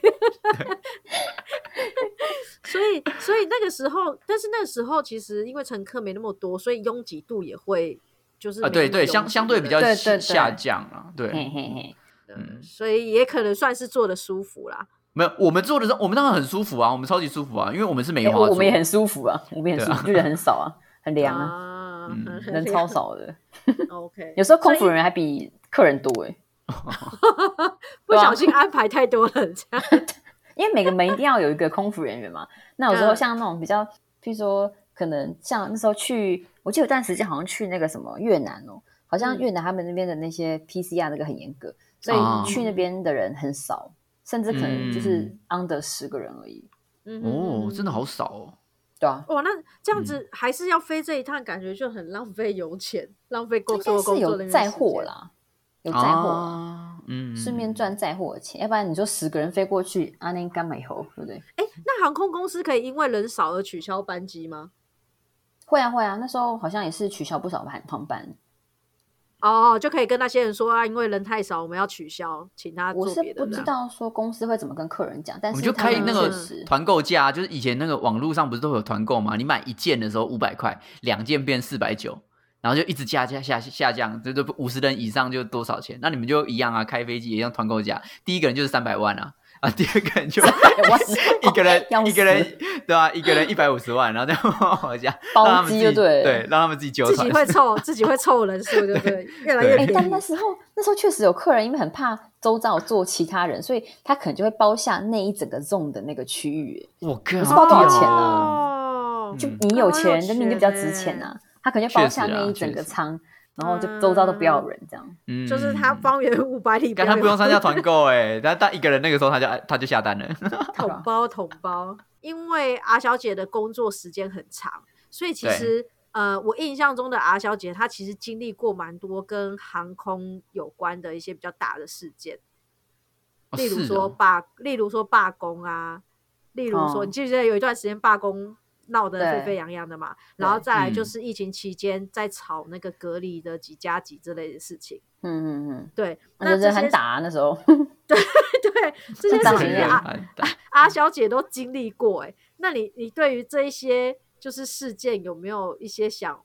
所以，所以那个时候，但是那个时候其实因为乘客没那么多，所以拥挤度也会就是
啊，
没
对
那么
对，
拥
相
挤
相对比较
对对
下
对
下降啊，对，
嘿嘿嘿，
的
嗯
所以也可能算是坐的舒服啦。
没有，我们坐的时候，我们当然很舒服啊，我们超级舒服啊，因为我们是梅
哎
花座，
我我们也很舒服啊，我们也
对
很舒
啊
服，就人很少啊，很凉啊，
啊
嗯
人超少的。
OK，
有时候空服人还比客人多哎、
不
对啊
小心安排太多人这样。
因为每个门一定要有一个空服人 员嘛。那有时候
嗯
像那种比较，譬如说可能像那时候去，我记得有段时间好像去那个什么越南哦，好像
嗯
越南他们那边的那些 PCR 那个很严格，所
啊
以去那边的人很少，甚至可能就是
嗯
under 十个人而已。
嗯
哦，真的嗯
好。
好少哦。
对啊，
哇，那这样子还是要飞这一趟，感觉就很浪费油钱，浪费工
应该
作
是
工作
有
人员
载
时
货
间。
啦，有载货啦。
啊，嗯，
顺便赚载货的钱，要不然你说十个人飞过去，阿内干美猴，对不对？
那航空公司可以因为人少而取消班机吗？
会啊会啊，那时候好像也是取消不少班航班，
哦，就可以跟那些人说啊，因为人太少，我们要取消，请他
我
做
是
别的。
不知，道说公司会怎么跟客人讲，但
我
是
们就
他
开
们
那
确
个
实
团购价，就是以前那个网络上不是都有团购吗？你买一件的时候五百块，两件变四百九，然后就一直加加下下降，这就五十人以上就多少钱？那你们就一样啊，开飞机也一样团购价，第一个人就是三百万啊。啊，第二个人就
哇
一个人
要
一个人
死
对啊，一个人一百五十万，然后再往往下让他
包
们自
机
己
就对了
对，让他们自己揪
自
团
己。会凑，自己会凑人数，对不对？越来越
哎、
便
但
宜
那。时候那时候确实有客人，因为很怕周遭做其他人，所以他可能就会包下那一整个 zone 的那个区域。
我靠，
不知道多少钱
啊？
哦
就
嗯
你有
高有
钱，那你就比较值
钱
钱啊，他可能就包下
确实啊
那一整个
确实
仓，然后就周遭都不要有人这样。
嗯
就是他方圆五百里，
但他不用参加团购哎，他他一个人那个时候他就他就下单了。
统包统包，因为阿小姐的工作时间很长，所以其实呃，我印象中的阿小姐她其实经历过蛮多跟航空有关的一些比较大的事件，
哦
例如
是
说
哦
罢，例如说罢工啊，例如说、
哦
你记不记得有一段时间罢工闹得沸
对
沸扬扬的嘛。然后再来就
嗯
是疫情期间在吵那个隔离的几加几之类的事情。
嗯嗯嗯，
对，那
那
这
人
些
很打啊那时候，
对这些
打
事
很
情
人
啊，
很大
阿小姐都经历过、欸，那你你对于这一些就是事件有没有一些想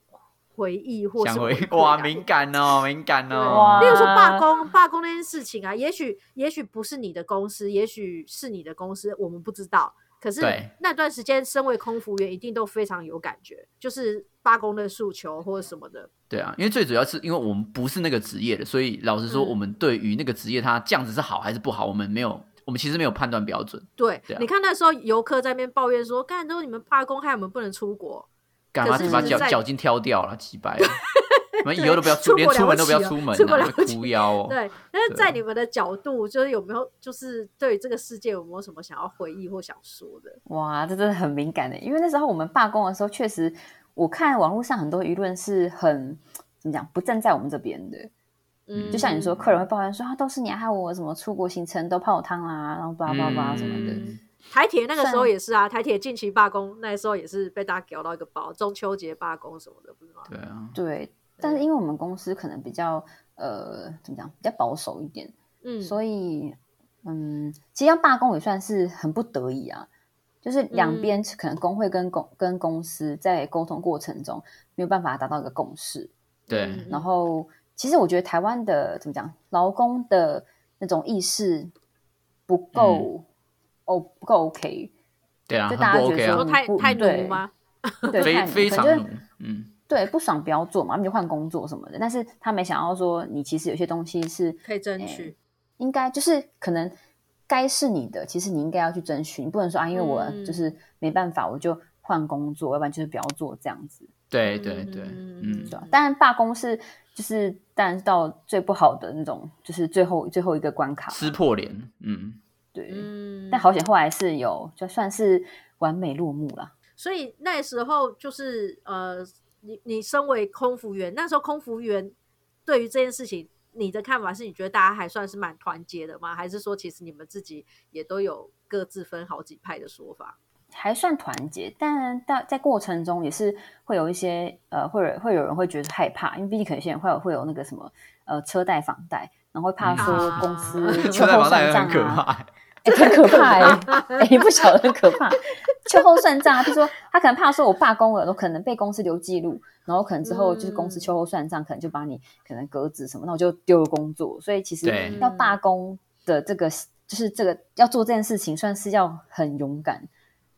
回忆或是
想回
回馈
哇，
啊
敏感哦，敏感哦，
哇
例如说罢工，罢工那件事情啊，也许也许不是你的公司，也许是你的公司，我们不知道。可是
对
那段时间，身为空服员一定都非常有感觉，就是罢工的诉求或者什么的。
对啊，因为最主要是因为我们不是那个职业的，所以老实说，
嗯
我们对于那个职业它这样子是好还是不好，我们没有，我们其实没有判断标准。
对，
对啊
你看那时候游客在那边抱怨说：“干，都你们罢工，害我们不能出国。
干
可
嘛
是
把
是
脚
在
脚筋挑掉了，几 百了，我们以后都不要
出
出，连
国了不
出门都不要
起啊
出门
出国
啊，
了不
会
起
哭腰哦。
对，但是
对
在你们的角度，就是有没有，就是对于这个世界有没有什么想要回忆或想说的？
哇，这真的很敏感的，欸因为那时候我们罢工的时候，确实我看网络上很多舆论是很怎么讲不站在我们这边的，
嗯
就像你说，客人会抱怨说啊，都是你害我什么出国行程都泡汤啦，然后巴拉巴拉什么的。
嗯
台铁那个时候
算
也是啊，台铁近期罢工，那时候也是被大家搞到一个爆，中秋节罢工什么的，不是吗？
对啊，
对，但是因为我们公司可能比较呃怎么讲，比较保守一点，
嗯，
所以嗯，其实要罢工也算是很不得已啊。就是两边可能工会跟公跟公司在沟通过程中没有办法达到一个共识，
嗯
对，
然后，其实我觉得台湾的怎么讲，劳工的那种意识不
嗯
够、哦，不够 OK，
对啊，
就
很
大家
不 OK
觉得
说
啊，
嗯
太
不
太奴
对
吗？
对，
非
太
非常
反正
努，嗯，
对不爽不要做嘛，他们就换工作什么的。但是他没想到说，你其实有些东西是
可以争取，
应该就是可能该是你的，其实你应该要去争取，你不能说啊，因为我
嗯
就是没办法，我就换工作，要不然就是不要做这样子。
对对对，
嗯
嗯
对啊
嗯
当然，罢工是就是，当然是到最不好的那种，就是最后最后一个关卡。
撕破脸，嗯，
哎对，
嗯，
但好险后来是有，就算是完美落幕了。
所以那时候就是呃，你你身为空服员，那时候空服员对于这件事情，你的看法是你觉得大家还算是蛮团结的吗？还是说其实你们自己也都有各自分好几派的说法？
还算团结，但到在过程中也是会有一些呃，会有会有人会觉得害怕，因为毕竟可能有些人会有会有那个什么呃车贷房贷，然后会怕说
嗯
公 司
啊
秋
车贷
后
房贷
算
也
账
很可嗯
啊，
怕，
欸、很可 怕哎、欸欸，不晓得很可怕。 秋后算账啊，就说他可能怕说我罢工了，我可能被公司留记录，然后可能之后就是公司
嗯
秋后算账，可能就把你可能革职什么，那我就丢了工作。所以其实
对
要罢工的这个，就是这个要做这件事情，算是要很勇敢。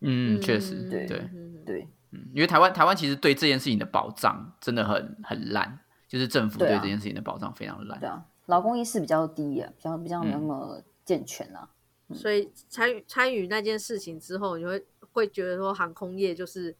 嗯，确实，
对
对。
嗯
对，
嗯，因为台湾台湾其实对这件事情的保障真的很很烂，就是政府对
对啊
这件事情的保障非常烂。
对啊，劳工意识比较低啊，比较比较没有那么健全啊。
所以参与参与那件事情之后，你会会觉得说航空业就是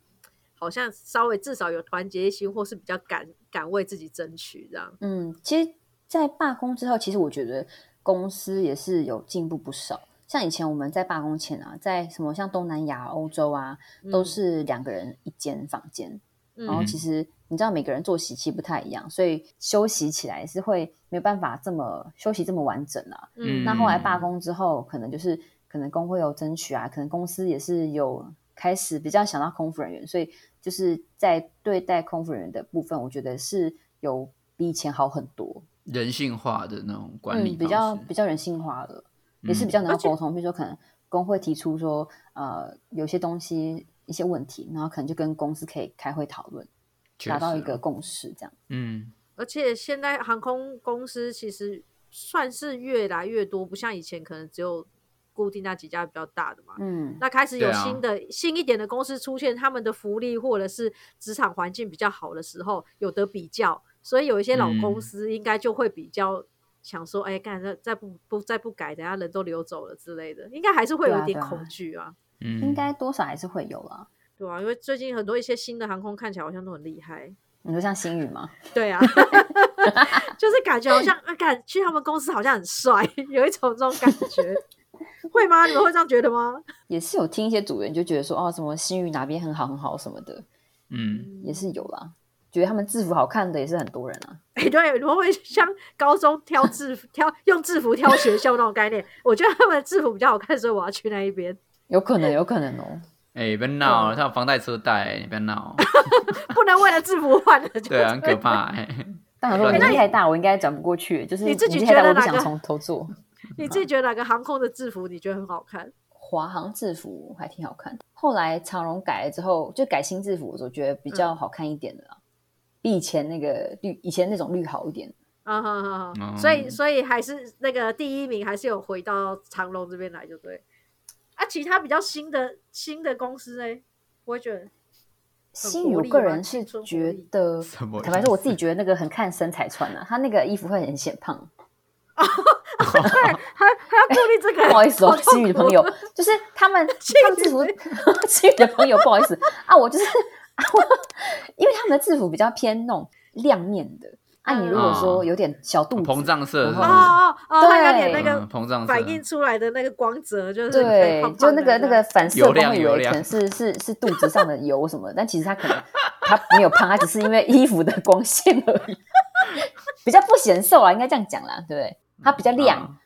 好像稍微至少有团结心，或是比较敢敢为自己争取这样。
嗯，其实，在罢工之后，其实我觉得公司也是有进步不少。像以前我们在罢工前啊，在什么像东南亚、欧洲啊，都
嗯
是哦两个人一间房间，然后
嗯
其实你知道每个人作息其实不太一样，所以休息起来是会没有办法这么休息这么完整啊。
嗯，
那后来罢工之后，可能就是可能工会有争取啊，可能公司也是有开始比较想到空服人员，所以就是在对待空服人员的部分，我觉得是有比以前好很多，
人性化的那种管理方式、嗯
嗯，比较比较人性化了，也是比较能
嗯而
够
且
沟通。比如说，可能工会提出说，呃，有些东西一些问题，然后可能就跟公司可以开会讨论，
确
达到一
实哦
个共识，这样。
嗯，
而且现在航空公司其实算是越来越多，不像以前可能只有固定那几家比较大的嘛。
嗯，
那开始有
对啊
新的、新一点的公司出现，他们的福利或者是职场环境比较好的时候，有得比较，所以有一些老公
嗯
司应该就会比较想说，哎、干这再不不再不改，等下人都流走了之类的，应该还是会有一点
对啊对啊
恐惧啊，
嗯
应该多少还是会有啦。
对啊，因为最近很多一些新的航空看起来好像都很厉害，
你说像星宇吗？
对 啊，就是感觉好像啊，感去他们公司好像很帅， 有一种这种感觉，会吗？你们会这样觉得吗？
也是有听一些组员就觉得说，哦，什么星宇哪边很好很好什么的，
嗯，
也是有啦。觉得他们制服好看的也是很多人啊，
哎、对，你们会像高中挑制服、挑用制服挑学校那种概念？我觉得他们的制服比较好看，所以我要去那一边。
有可能，有可能哦。
哎、不要闹了，他有房贷车贷、你不要 闹，
不能为了制服换了就
对啊，很可怕、哎
但我
哎
说我
那
年纪
你
太大，我应该转不过去，就是
啊你自己
年纪太大
觉得
我不
哪
想
个
从头做。
你自己觉得哪个航空的制服你觉得很好看？
华航制服还挺好看，后来长荣改了之后，就改新制服，我觉得比
嗯
较好看一点的啦，比以前那个绿，以前那种绿好一点。
啊哈哈哈！
嗯
所以所以还是那个第一名还是有回到长隆这边来，就对。啊，其他比较新的新的公司呢，我会觉得
新
活
宇，我
力
个
吗
人是
青春活
觉
力
得
什么，
坦白
意
说，我
思
自己觉得那个很看身材穿啊，他那个衣服会很显胖。
对，还还要顾虑这
哎
个，
不好意思哦
好，痛
新宇的朋友
苦，
就是 他们，他们制服，新宇的朋友，不好意思啊，我就是啊，我因为他们的制服比较偏那种亮面的，啊，
嗯
你如果说有点小 肚子，
膨胀色是不
哦
是？
哦哦，他有点那
对
嗯
个
膨胀色
反映出来的那个光泽，就是
对，
胖胖
就
的
那个那个反射
油
光
量
会以
油
为
量
可能是是是肚子上的油什么的，但其实他可能他没有胖，他只是因为衣服的光线而已，比较不显瘦啊，应该这样讲啦，对不对？他比较
啊
亮，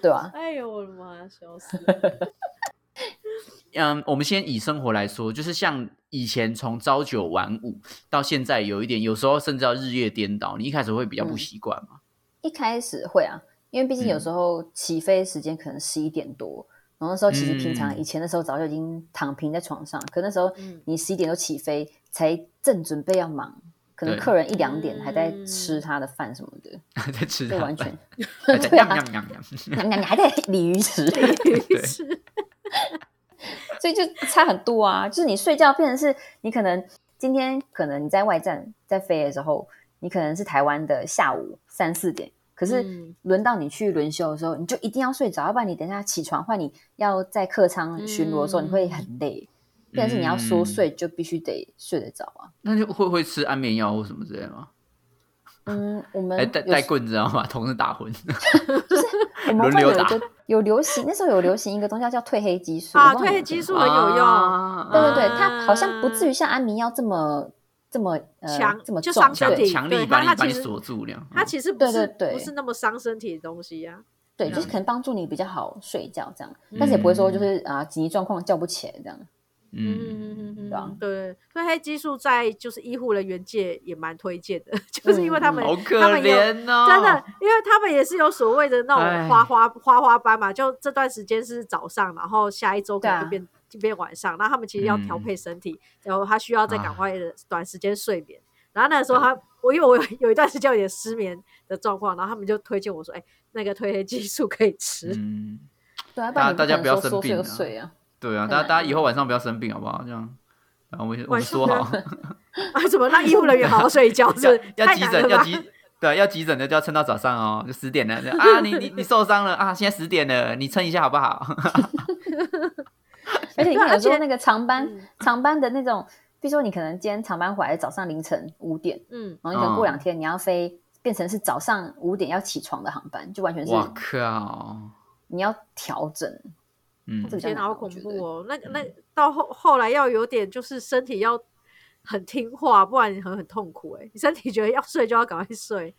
对吧？
哎呦我的妈呀，笑死！
嗯，我们先以生活来说，就是像以前从朝九晚五到现在，有一点有时候甚至要日夜颠倒，你一开始会比较不
嗯
习惯嘛。
一开始会啊，因为毕
嗯
竟有时候起飞时间可能十一点多，然后那时候其实平常
嗯
以前的时候早就已经躺平在床上，可那时候
嗯
你十一点多起飞，才正准备要忙，可能
对
客人一两点还在
嗯
吃他的饭什么的，
在吃
就
它
完
饭
全
还在
对啊
喵喵喵喵
娘娘你还在鲤 鱼池，
嗯
所以就差很多啊。就是你睡觉变成是你可能今天可能你在外站在飞的时候，你可能是台湾的下午三四点，可是
嗯
轮到你去轮休的时候，你就一定要睡着，要不然你等一下起床换你要在客舱巡逻的时候，
嗯
你会很累。但是你要说睡就必须得睡得着啊。
那就会会吃安眠药或什么之类的吗？
嗯，我们
哎，带
有
带棍子，然后把同事打昏。
我们
轮
会
流
有一
打
个有流行，那时候有流行一个东西叫褪黑激素
啊，
我不
褪
知道你
黑
有
激
听
素很有用，
啊
对对对，
啊
它好像不至于像安眠药这么这么呃
强
这么
就
重，
伤身
强
体
对
强
对
力
它
把你
它
把
其
你
实
锁住了。
它其实不是
对对对
不是那么伤身体的东西呀。
对，就是可能帮助你比较好睡觉这样，但是也不会说就是啊紧急状况叫不起来这样。
嗯，
嗯嗯嗯
对啊
嗯，对，褪黑激素在就是医护人员界也蛮推荐的， 就是因为他们
嗯好
他
可
们有
怜哦，哎
真的，因为他们也是有所谓的那
唉
种花花花花班嘛，就这段时间是早上，然后下一周可
对啊
能就变、就变晚上，那他们其实要调配身体，
嗯
然后他需要再赶快的短时间睡
哎
眠。然后那时候他，我因为我有有一段时间有点失眠的状况，然后他们就推荐我说，哎、那个褪黑激素可以吃。
嗯，
对啊，
大
然
大家
你
不要生
可能说说
病
睡
啊
就睡啊。
对啊，
很
大家
难
大家以后晚上不要生病好不好？这样，然后我们我们
晚上
说
不要
好，
啊，怎么让医护人员好好睡觉？是不是
哦 要要
太
急
难
诊
了
要
吧？
急。对，要急诊的就要撑到早上哦，就十点 了。啊，你你你受伤了啊！现在十点了，你撑一下好不好？
而且你
对啊
看有时
而
候
且
那个长班
嗯
长班的那种，比如说你可能今天长班回来早上凌晨五点，
嗯，
然后你可能
嗯
过两天你要飞。变成是早上五点要起床的航班，就完全是
我靠，
你要调整，
嗯
这，比较
天哪，
难
好
我
恐
觉
怖
得嗯
哦！那个那个到后后来要有点就是身体要很听话，不然你很很痛苦哎、你身体觉得要睡就要赶快睡，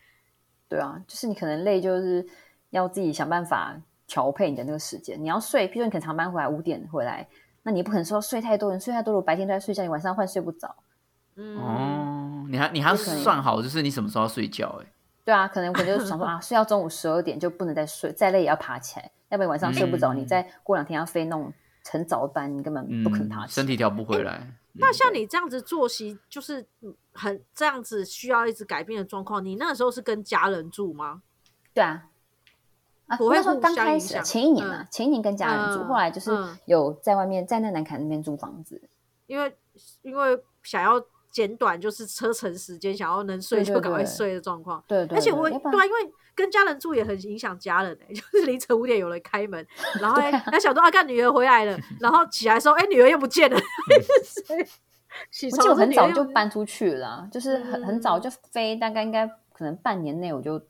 对啊，就是你可能累，就是要自己想办法调配你的那个时间。你要睡，譬如你可能长班回来五点回来，那你也不可能说睡太多，你睡太多了，我白天都在睡觉，你晚上换睡不着。
嗯，
哦，你还你还要
就可以
算好，就是你什么时候要睡觉、欸？
对啊，可能我就 是想说啊，睡到中午十二点就不能再睡，再累也要爬起来，要不然晚上睡不着，
嗯
你再过两天要飞那种很早的班，你根本
嗯，
不可能爬起来。
身体调不回来。嗯
那像你这样子作息就是很这样子需要一直改变的状况，你那时候是跟家人住吗？
对啊，啊，
不会
那时候
互
刚
相
开
影
始
响
前一年啊，
嗯
前一年跟家人住，
嗯
后来就是
嗯
有在外面在那南坎那边租房子，
因为因为想要简短就是车程时间，想要能睡
对对
就赶快
对
睡的状况。
对对对，
而且我
要不然
对啊，因为跟家人住也很影响家人哎、 就是凌晨五点有人开 门，然后哎、他想说啊，看女儿回来了，然后起来说哎、女儿又不见 了， 起
嗯我
床
记得我很早
女儿
就
又
搬出去了啊，就是很很
嗯
早就飞，大概应该可能半年内我就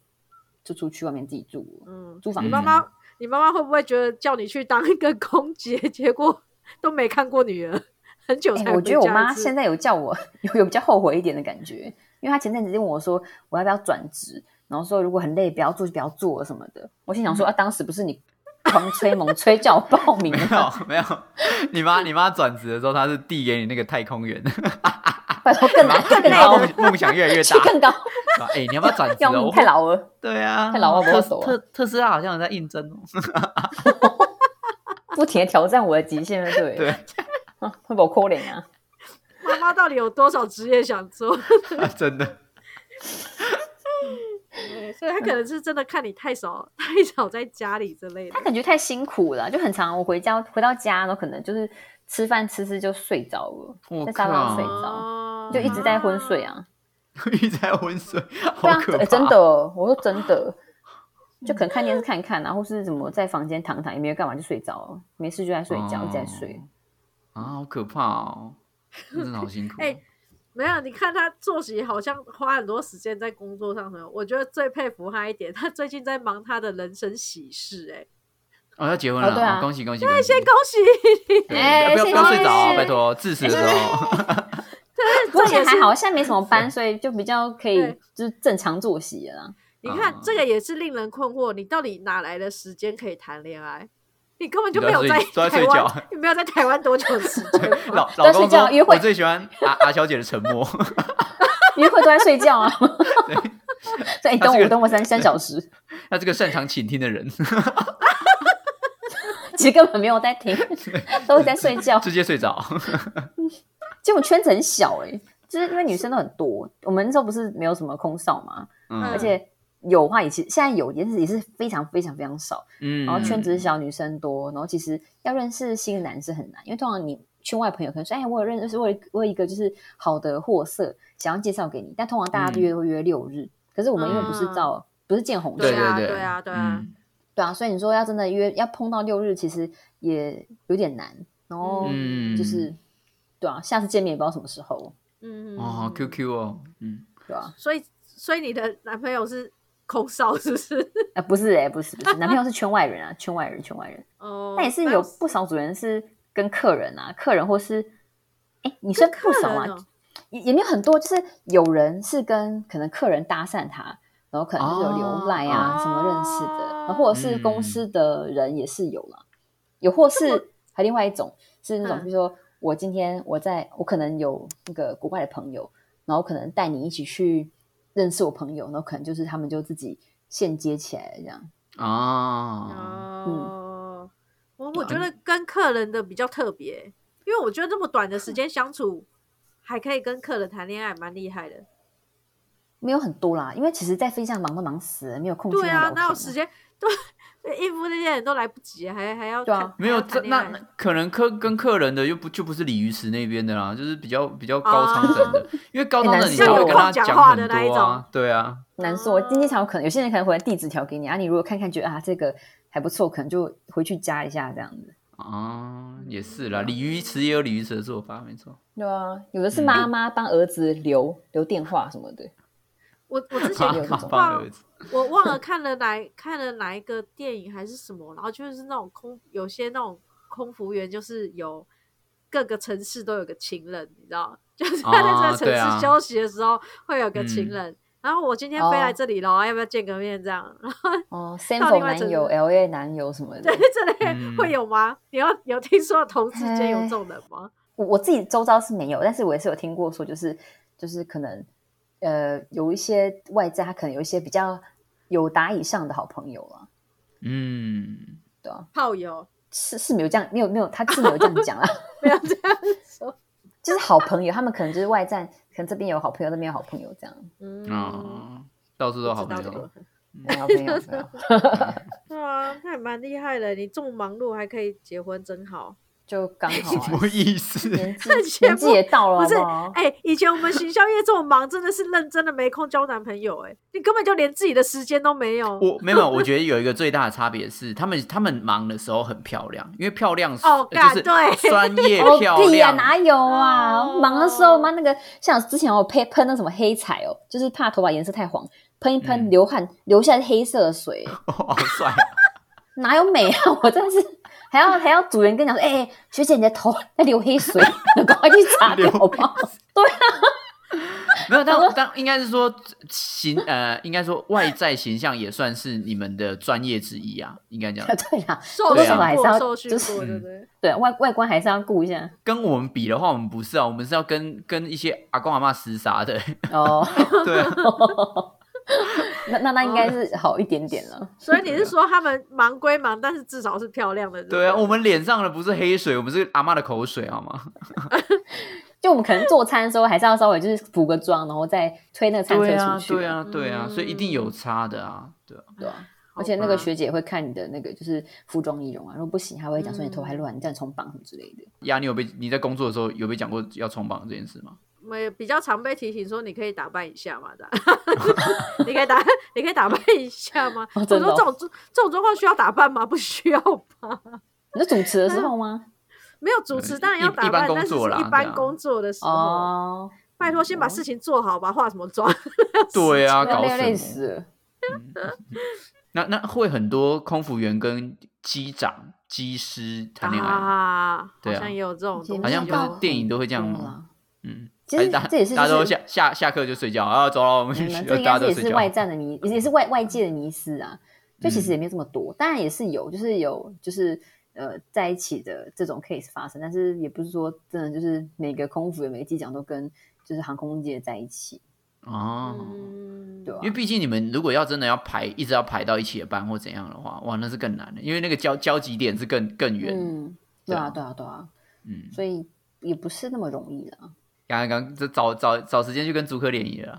就出去外面自己住了，
嗯，
租房
你
子。
妈妈你妈妈会不会觉得叫你去当一个空姐， 结果都没看过女儿，很久
哎
才
我
回
觉得我
家一
妈
次
现在有叫我 有有比较后悔一点的感觉，因为她前阵子就问我说我要
嗯
不要转职，然后说如果很累不要做就不要做什么的。我心想说啊，当时不是你狂吹猛吹叫我报 名
没
啊，
有没有，你妈你妈转职的时候，她是递给你那个太空员，
拜托更难更
然后
高，
梦梦想越来越
去
大。
更高，
哎、你要不要转职
要
哦？
命太老了。
对啊，
太老了
特
我手啊
特特斯拉好像有在应征哦。
不停的挑战我的极限了，对
对
了，啊会把我扣脸啊！
妈妈到底有多少职业想做？
真的，
对所以她可
嗯
能是真的看你太少 太少在家里之类的
他。感觉太辛苦了，就很常我回家回到家，然后可能就是吃饭吃吃就睡着了，
我
在沙发上睡
靠，
哦
就一直在昏睡！啊。
一直在温 水，好
对啊
可怕！，
诶真的，我说真的，就可能看电视看一看啊，然后是怎么在房间躺躺，也没有干嘛就睡着了，没事就在睡觉，一直
哦
在睡。
啊，好可怕哦，真的好辛苦。
哎没有，你看他作息好像花很多时间在工作上头。我觉得最佩服他一点，他最近在忙他的人生喜事、哎，
哦，要结婚
哦
了，
对啊
哦恭喜恭喜！恭喜
先恭喜！
对
哎
不要不
谢
要睡
谢
着哦，
谢
拜托，致死的时 候，
但是
不过
这
现
也
在
是
还好，现在没什么班，所以就比较可以
对
就是正常作息了啦。
你看，这
啊
个也是令人困惑，你到底哪来的时间可以谈恋爱？你根本就
你
没有
都在睡都在
台
睡
湾
觉，
你没有在台湾多久的时 间吗
老
都在
老
睡
公
觉约
说，
会
我最喜欢阿阿 小姐的沉默，
约会都在睡觉啊，
对
所以你
他
等
这
我
个
等我三三小时，
她这个擅长倾听的人，
其实根本没有在听， 都是在睡觉。
直接睡着。
结果圈子很小哎、就是因为女生都很多，我们那时候不是没有什么空少嘛，
嗯，
而且有的话也其实现在有，也是也是非常非常非常少。
嗯，
然后哦圈子是小，女生多，然后其实要认识新的男生很难，因为通常你圈外朋友可能说，哎，我有认识，我有我有一个就是好的货色，想要介绍给你，但通常
嗯
大家都约会约六日，可是我们因为不是到、不是见红
对
线，
啊
对
对啊对啊
嗯
对啊，所以你说要真的约要碰到六日，其实也有点难。然后
嗯
就是、对啊，下次见面也不知道什么时候，
嗯，
哦好，QQ 哦，嗯，
对啊吧、
所以，所以你的男朋友是空少，是不是？
啊，不是哎、不是不是，男朋友是圈外人啊，圈外人，圈外人。
哦，
那也是
那
有不少主人是跟客人啊，客人或是哎、你算不少
人
啊，
哦
也也没有很多，就是有人是跟可能客人搭讪他，然后可能就是有
哦
留赖啊、什么认识的，然后或者是
哦
公
嗯
司的人也是有啦，有或是还另外一种是那种，
嗯
比如说我今天我在我可能有那个国外的朋友，然后可能带你一起去认识我朋友，然后可能就是他们就自己线接起来了这样。
啊哦，
哦，我
对
我
啊
觉得跟客人的比较特别，因为我觉得这么短的时间相处，还可以跟客人谈恋爱，蛮厉害的。
没有很多啦，因为其实，在飞机上忙都忙死了，没有空去
对啊，哪
那
有时间？对， 应付那些人都来不及，还还要
对啊
看
没有
还要
这
哦谈恋
那
爱
那可能客跟客人的又不就不是鲤鱼池那边的啦，就是比较比较
哦
高仓等 的，因为高仓等你才
很难
会跟他
受
讲
哎有空讲话
很
的那一
多啊
种，
对啊，
难说。今天才有可能，有些人可能回来地址条给你啊，你如果看看觉得啊这个还不错，可能就回去加一下这样子。
哦，也是
啊
啦，鲤鱼池也有鲤鱼池的做法，没错。
对啊，有的是妈妈帮儿子留、留电话什么的，
我我之前
妈
有
有这
妈
种
帮儿子，
我忘了看了哪看了哪一个电影还是什么，然后就是那种空有些那种空服员，就是有各个城市都有个情人，你知道， 就是他在
哦
这
对
个城
啊嗯
市休息的时候会有个情人。然后我今天飞来
哦
这里了，要不要见个面？这样， 然后
哦
到
，Sample
另外一
男
层
友、L A 男友什么的。
这类
嗯
会有吗？你要有听说同志间有这种人吗？
我我自己周遭是没有，但是我也是有听过说，就是就是可能呃有一些外在，他可能有一些比较有达以上的好朋友啦，
嗯，
对啊，
炮友
是是没有这样，没有没有，他是没有这样讲 啦。
不要这样说。
就是好朋友，他们可能就是外战，可能这边有好朋友，那边有好朋友这样。
嗯，
哦，到处都好朋
知道这
友
个，
没有好朋友，没有
对啊，那也蛮厉害的。你这么忙碌还可以结婚，真好。
就刚好
什
啊、
么意思？
年纪
羡
年
慕
纪也到了，
不是
好不好？
哎、以前我们行销业这么忙，真的是认真的没空交男朋友、哎，你根本就连自己的时间都没有。
我没有，我觉得有一个最大的差别是，他们他们忙的时候很漂亮，因为漂亮
哦
呃就
干
是
对
专 业
哦
漂
屁呀、
亮，
哪有啊？
哦
忙的时候嘛，那个像之前我喷喷那什么黑彩哦，就是怕头发颜色太黄，喷一喷
嗯
流汗流下来是黑色 的水，
哦好帅啊，
哪有美啊？ 我真的是还要还要主人跟你讲说，哎、哎 学姐你的头在流黑水，赶快去擦掉
流
好不好？对啊，
没有，但但应该是说形呃，应该说外在形象也算是你们的专业之一啊，应该 讲。
对呀、
受
多
训
少
还是
过，
要
受训
啊就是
过，对
啊嗯
不对？
对外外观还是要顾一下
跟我们比的话，我们不是啊，我们是要跟跟一些阿公阿妈厮杀 的。
哦。
对啊，
那那那应该是好一点点
哦
了。
所以你是说他们忙归忙，但是至少是漂亮的，不
对啊，我们脸上的不是黑水，我们是阿妈的口水，好吗？
就我们可能做餐的时候，还是要稍微就是补个妆，然后再推那个餐车
对
出
啊，
去。嗯
对啊，对啊，所以一定有差的啊，对啊。
对啊
好
而且那个
吧
学姐会看你的那个就是服装仪容啊，如果不行，她会讲说你头还乱，你这样重绑什么之类的。
呀，你有被你在工作的时候有被讲过要冲榜这件事 吗？
我们也比较常被提醒说，你可以打扮一下嘛，这样 你可以打，你可以打扮一下吗？
哦
我
真的
说
哦
这种这种状况需要打扮吗？不需要吧。
你在主持的时候吗？
没有主持当然
嗯一
要打
一般
扮，
工
但是是
作啦
一
对啊
般工作的时候，
哦，
拜托先把事情做好吧，化什么妆？
对啊，搞
累
什
累
么？
死了。
那那会很多空服员跟机长、机师谈恋爱，
啊，好
对啊
像也有这种东西哦，
好像不
没有
是
到
电影都会这样
对
吗？
啦
嗯，
其
还
实
大
这也是
大家
就
都
是
下下下课就睡觉啊，走了，我们去
没有，
学
嗯这应
大家
该是
都
也
睡
是
觉
外。战的迷，也是外外界的迷思啊。就其
嗯
实也没有这么多，当然也是有，就是有，就是呃，在一起的这种 case 发生，但是也不是说真的就是每个空服员、每个机长都跟就是航空界在一起，
哦，
嗯，
对吧、
因为毕竟你们如果要真的要排，一直要排到一起的班或怎样的话，哇，那是更难的，因为那个交交集点是更更远。
嗯，对啊，
对
对啊，对啊，
嗯，
所以也不是那么容 易啦。
刚刚这找找找时间去跟足科联谊了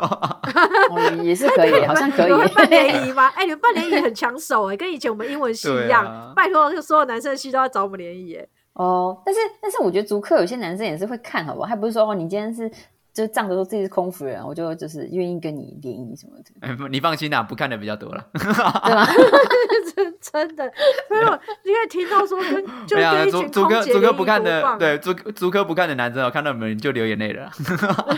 啊。
哦，也是可以，好像可以
哎你。们会办联谊吗？哎，你们办联谊很抢手哎，跟以前我们英文系一
对啊
样。拜托，就所有男生的系都要找我们联 谊哎。
哦，但是但是我觉得足客有些男生也是会看，好不好？他不是说哦，你今天是就仗着说自己是空服员，我就就是愿意跟你联谊什么的。
哎，不你放心啦、不看的比较多了。
对吧？
真真的，所以我因为听到说跟就
没有啊
跟一
足
群
足
空
科
姐
足科不看
联谊多啊棒
的，对足足科不看的男生哦，看到你们就流眼泪了。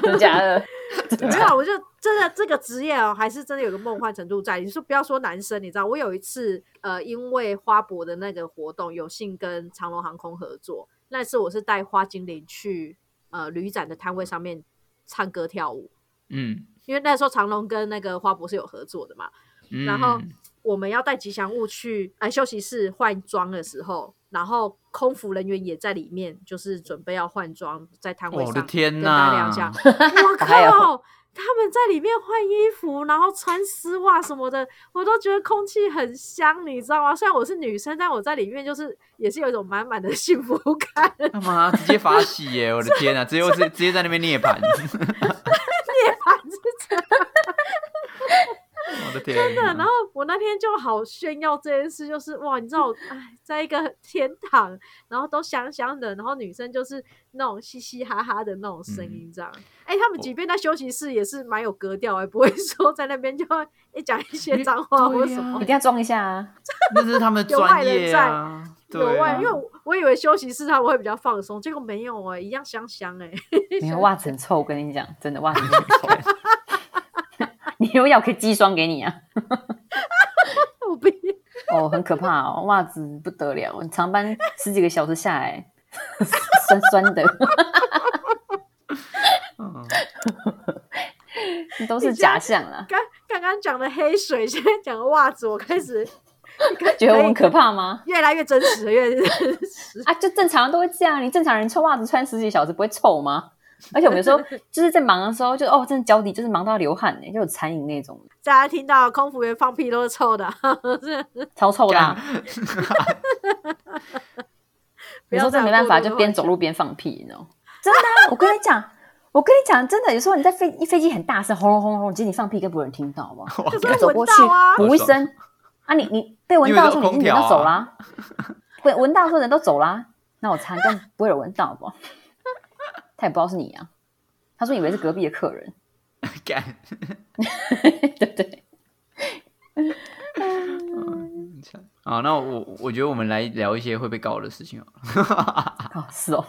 真假的？
没有，我就真的这个职业哦，还是真的有个梦幻程度在。你说不要说男生，你知道，我有一次呃，因为花博的那个活动，有幸跟长隆航空合作，那次我是带花精灵去呃旅展的摊位上面唱歌跳舞，
嗯，
因为那时候长隆跟那个花博是有合作的嘛，
嗯
然后我们要带吉祥物去哎休息室换装的时候，然后空服人员也在里面，就是准备要换装，在摊位
哦我
上
的天
跟大家聊
呐
一下。， 我
还有
靠！他们在里面换衣服，然后穿丝袜什么的，我都觉得空气很香，你知道吗？虽然我是女生，但我在里面就是也是有一种满满的 幸福感。
干嘛啊直接罚洗耶！我的 天呐，直接直直接在那边涅槃，我的天呐！
真的。啊然后我那天就好炫耀这件事，就是哇，你知道我哎，在一个天堂，然后都香香的，然后女生就是那种嘻嘻哈哈的那种声
嗯
音，这样。哎、他们即
哦
便在休息室也是蛮有格调、哎，不会说在那边就一讲一些脏话或什么
哦一。定要装一下啊！
那是他们的专业啊，对
有外，
啊
因为我我以为休息室他们会比较放松，结果没有哎、一样香香哎、
没有袜子很臭，我跟你讲，真的袜子很臭。 你用药可以寄霜给你啊！
我不
哦，很可怕哦，袜子不得了，你长班十几个小时下来，酸 酸的，
嗯
都是假象啊啦。
刚刚刚讲的黑水，现在讲的袜子，我开始可
觉得我
可
很
以
可怕吗？
越来越真实了，越来越真实。
啊，就正常人都会这样，你正常人穿袜子穿十几小时不会臭吗？而且我们有时候就是在忙的时候，就哦，真的脚底就是忙到流汗欸呢，就有残影那种，
大家听到空服员放屁都是臭的，啊
超臭的啊、
不
有
要
时候真的没办法，就边走路边放屁，你知道吗？真的、啊， 我跟你讲，我跟你讲，真的，有时候你在飞飞机很大声，轰隆轰隆轰隆，其实你放屁跟不会有人听到好不 好？
哇
可
你
是
走
会
过
闻
去
到啊，
补一声，啊，你你被闻
因为
到的
都
时候，你已
空
经人
调
都走啦、
啊
被闻到的时候人都走啦，那我猜更不会有闻到好不好？他也不知道是你啊，他说以为是隔壁的客人，
干，
对不对？
好，那我我觉得我们来聊一些会被告的事情哦，
哦，是 哦，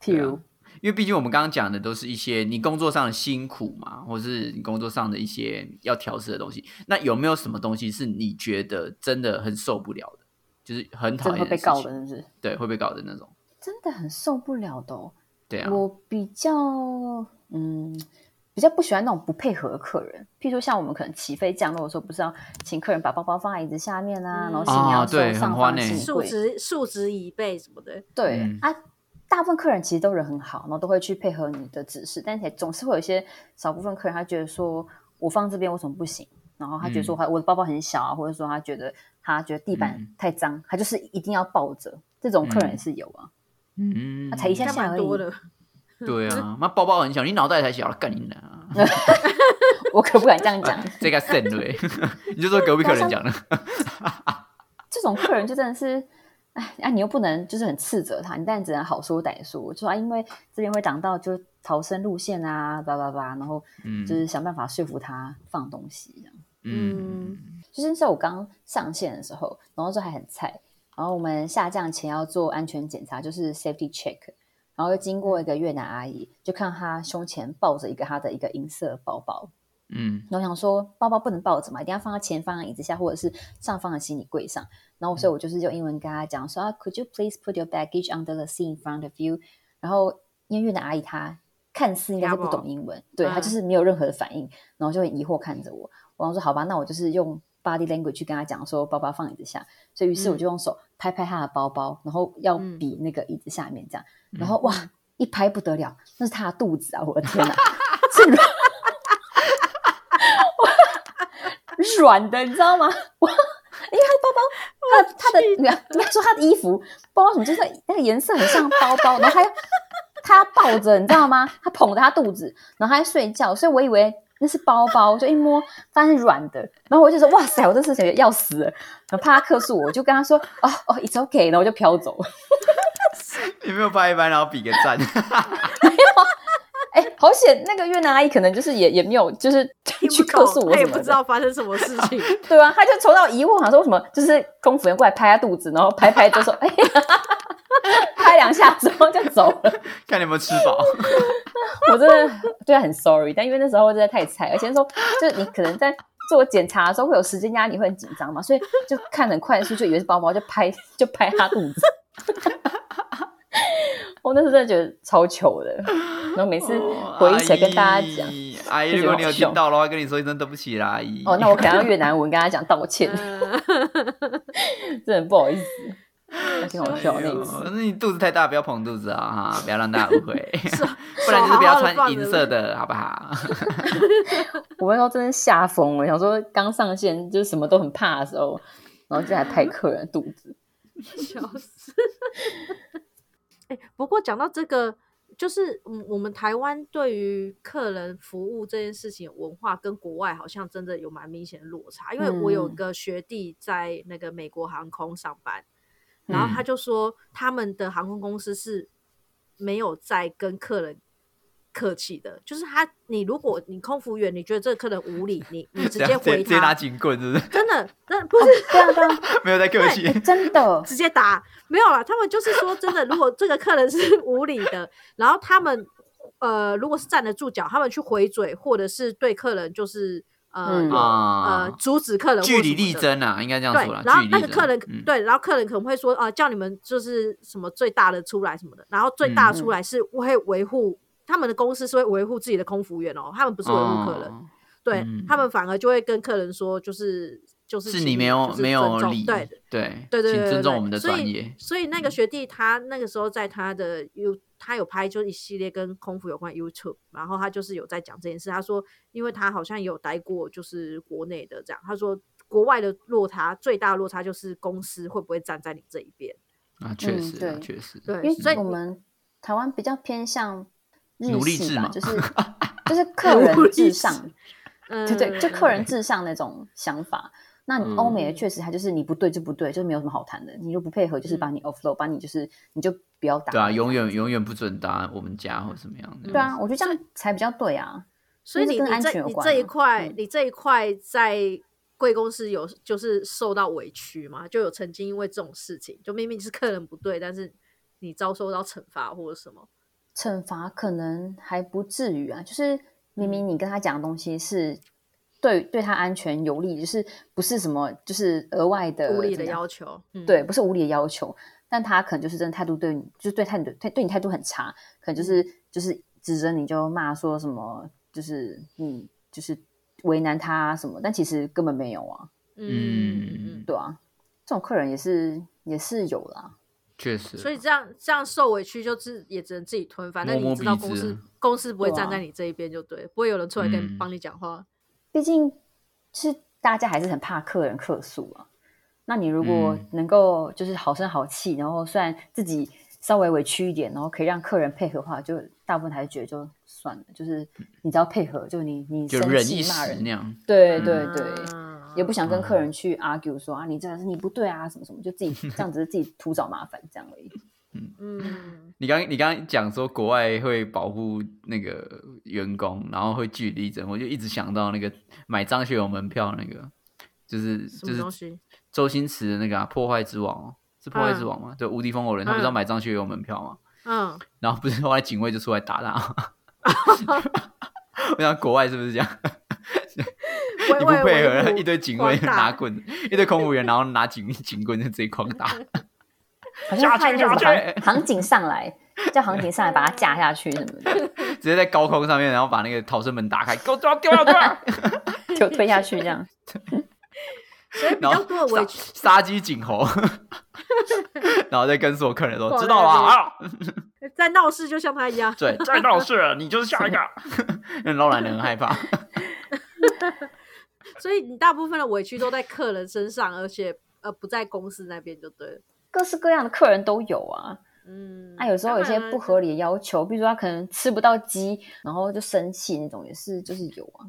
譬如、
因为毕竟我们刚刚讲的都是一些你工作上的辛苦嘛，或是你工作上的一些要调试的东西。那有没有什么东西是你觉得真的很受不了的，就是很
真
啊讨
的
厌
会被
事
告
情
的，是不是？
对，会被告的那种。
真的很受不了的哦。
对啊，
我比较嗯，比较不喜欢那种不配合的客人。譬如说，像我们可能起飞降落的时候，不是要请客人把包包放在椅子下面啊，
嗯
然后
啊
行李要
对很
收上放
欢
在
欸
行李
数
柜。
值数值以备什么的，
对、
嗯
啊，大部分客人其实都人很好，然后都会去配合你的指示，但是总是会有一些少部分客人，他觉得说我放这边为什么不行？然后他觉得说他我的包包很小啊，或者说他觉得他觉得地板
嗯
太脏，他就是一定要抱着。这种客人也是有啊，
嗯，
他才一
应
下
该
下
蛮
而
多
已。
的。
对啊，妈包包很小，你脑袋才小了，干你娘！啊
我可不敢这样讲。
这个省对， 你就说隔壁客人讲的，
这种客人就真的是，哎，啊，你又不能就是很斥责他，你当然只能好说歹说，就说啊，因为这边会挡到就是逃生路线啊，叭叭叭，然后
嗯
就是想办法说服他放东西这样。
嗯
就是在我刚上线的时候，然后那时候还很菜，然后我们下降前要做安全检查，就是 safety check，然后又经过一个越南阿姨，就看到她胸前抱着一个她的一个银色包包，
嗯
然后我想说包包不能抱着嘛，一定要放在前方的椅子下或者是上方的行李柜上。然后所以我就是用英文跟他讲说、啊，Could you please put your baggage under the seat in front of you？然后因为越南阿姨她看似应该是不懂英文，对
嗯
她就是没有任何的反应，然后就很疑惑看着我。我想说好吧，那我就是用 body language 去跟她讲说包包放椅子下。所以于是我就用手拍拍她的包包，然后要
嗯
比那个椅子下面这样，
嗯
然后哇一拍不得了，那是她的肚子啊！我的天哪，是软软的，你知道吗？我因为他的包包，他的他的，应该说他的衣服包包什么，就是那个颜色很像包包，然后他又他要抱着，你知道吗？他捧着他肚子，然后他在睡觉，所以我以为那是包包，就一摸发现是软的，然后我就说哇塞，我真是想要死了，然后怕他克诉我，我就跟他说哦哦，it's okay，然后我就飘走。
你没有拍一拍，然后比个赞，
哎，好险，那个越南阿姨可能就是也也没有就是
听
去
不
克诉
懂，
我
他
什
也
么
不
的
知。道发生什么事 情。
对啊，他就筹到疑惑，想说为什么就是空服员过来拍他肚子，然后拍拍就说哎呀， 拍两下之后就走了。
看你有没有吃 饱。
我真的对啊他很 sorry，但因为那时候真的太菜，而且那时候就是你可能在做检查的时候会有时间压力，会很紧张嘛，所以就看得很快速，就以为是包包，就拍就拍他肚子。 我那时候真的觉得超糗的，然后每次回忆起来跟大家讲，
阿姨，阿姨，如果你有听到的话，跟你说一声对不起啦，阿姨。
哦，那我可能要越南文跟他讲道歉，
嗯
真的不好意 思，挺好笑的那一次。
哎那你肚子太大，不要捧肚子啊，哈，不要让大家误 会，不
不
然就是不要穿银色的，好不好？
啊
我那时候真的吓疯了，想说刚上线就是什么都很怕的时候，然后就来拍客人的肚子。
笑 死！哎、不过讲到这个，就是嗯，我们台湾对于客人服务这件事情文化跟国外好像真的有蛮明显的落差。因为我有
嗯
个学弟在那个美国航空上班，然后他就说他们的航空公司是没有在跟客人。客气的，就是他，你如果你空服员，你觉得这个客人无理，你 你直
这
接
样
回
直接拿
他，
警棍，是不 是？
真的，那不是
对啊，对啊，
没有在客
哎
气。
真的，
直接打没有啦，他们就是说真的，如果这个客人是无理的，然后他们呃，如果是站得住脚，他们去回嘴，或者是对客人就是呃、
嗯
有呃
啊，
阻止客人或
据
什
理
么
力
的。
争啊，应该这样说
对
啦。，
然后
据理
那
力
个
争
客人、
嗯
对，然后客人可能会说，啊，叫你们就是什么最大的出来什么的，然后
嗯
最大的出来是会维护、他们的公司是会维护自己的空服员哦，他们不是维护客人，
哦
对、
嗯
他们反而就会跟客人说，就是就是
是
请
你没有
就是
没有
尊重
理，
对
对
对对对
请
对
尊重
对
我们的专业。嗯
所以。所以那个学弟他那个时候在他的 You，他有拍就是一系列跟空服有关的 YouTube，然后他就是有在讲这件事。他说，因为他好像也有待过就是国内的这样，他说国外的落差最大的落差就是公司会不会站在你这一边。
啊，确
嗯
实啊，
对
确实，
对
因
所以
为我们台湾比较偏向日
奴隶
式
制
吧
嘛，
就是就是客人
奴隶
至
制
上，
嗯，
对对，就客人至上那种想法。那你欧美的
嗯
确实，它就是你不对就不对，就没有什么好谈的。你就不配合，就是把你 offload，把你就是你就不要打。
对啊，永远永远不准搭我们家或怎么
嗯
样的。
对啊，我觉得这样才比较对啊。
所以
那
你
是跟
你
安
这
全有
你
关
这一
啊
块
嗯，
你这一块在贵公司有就是受到委屈吗？就有曾经因为这种事情，就明明是客人不对，但是你遭受到惩罚或者什么？
惩罚可能还不至于啊，就是明
嗯
明你跟他讲的东西是对对他安全有利，就是不是什么就是额外的
无理
怎
的
么样
要求，嗯
对，不是无理的要
嗯
求，但他可能就是真的态度对你，就是对态度对对你态度很差，可能就是就是指着你就骂说什么，就是你就是为难他啊什么，但其实根本没有啊，
嗯，
对啊，这种客人也是也是有啦，
确实。
所以这样这样受委屈，就是也只能自己吞。反正
摸摸
你知道
鼻子
公司公司不会站在
对
你这一边，就对，不会有人出来跟
嗯
帮你讲话。
毕竟是大家还是很怕客人客诉啊。那你如果
嗯
能够就是好声好气，然后虽然自己稍微委屈一点，然后可以让客人配合的话，就大部分还是觉得就算了，就是你只要配合，就你你
就
生
忍一
气
时
骂人
那，样，
对对对，
嗯
也不想跟客人去 argue 说啊你这样是你不对啊什么什么，就自己这样只是自己徒找麻烦这样而已。
嗯，
你刚你刚刚讲说国外会保护那个员工，然后会据理力争，我就一直想到那个买张学友门票那个，就是
什
就
么东
是
西？
周星驰的那个、啊《破坏之王》哦，是《破坏之王》吗？对，无敌风火轮，他不是要买张学友门票吗？
嗯，
然后不是后来警卫就出来打他吗。 我想国外是不是这样？
喂
你不
喂
配合，
喂
一堆警卫
狂打
拿棍，一堆空服员，然后拿警警棍就直接狂打。
好像派
下
那个
去
什么
下去
航航警上来，叫航警上来把他架下去什么的，
直接在高空上面，然后把那个逃生门打开，给我丢掉丢掉，
就推下去这样。
所以比
然
较
后
多的
杀
委屈，
杀鸡儆猴，然后再跟所有客 人说
挂在
知道了啊，
在闹事就像他一样。
对，再闹事了你就是下一个，让老男人很害怕，
所以你大部分的委屈都在客人身上，而且呃不在公司那边就对了。
各式各样的客人都有啊，
嗯，
那、有时候有些
当然
不合理的要求，比如说他可能吃不到鸡，然后就生气那种，也是就是有啊。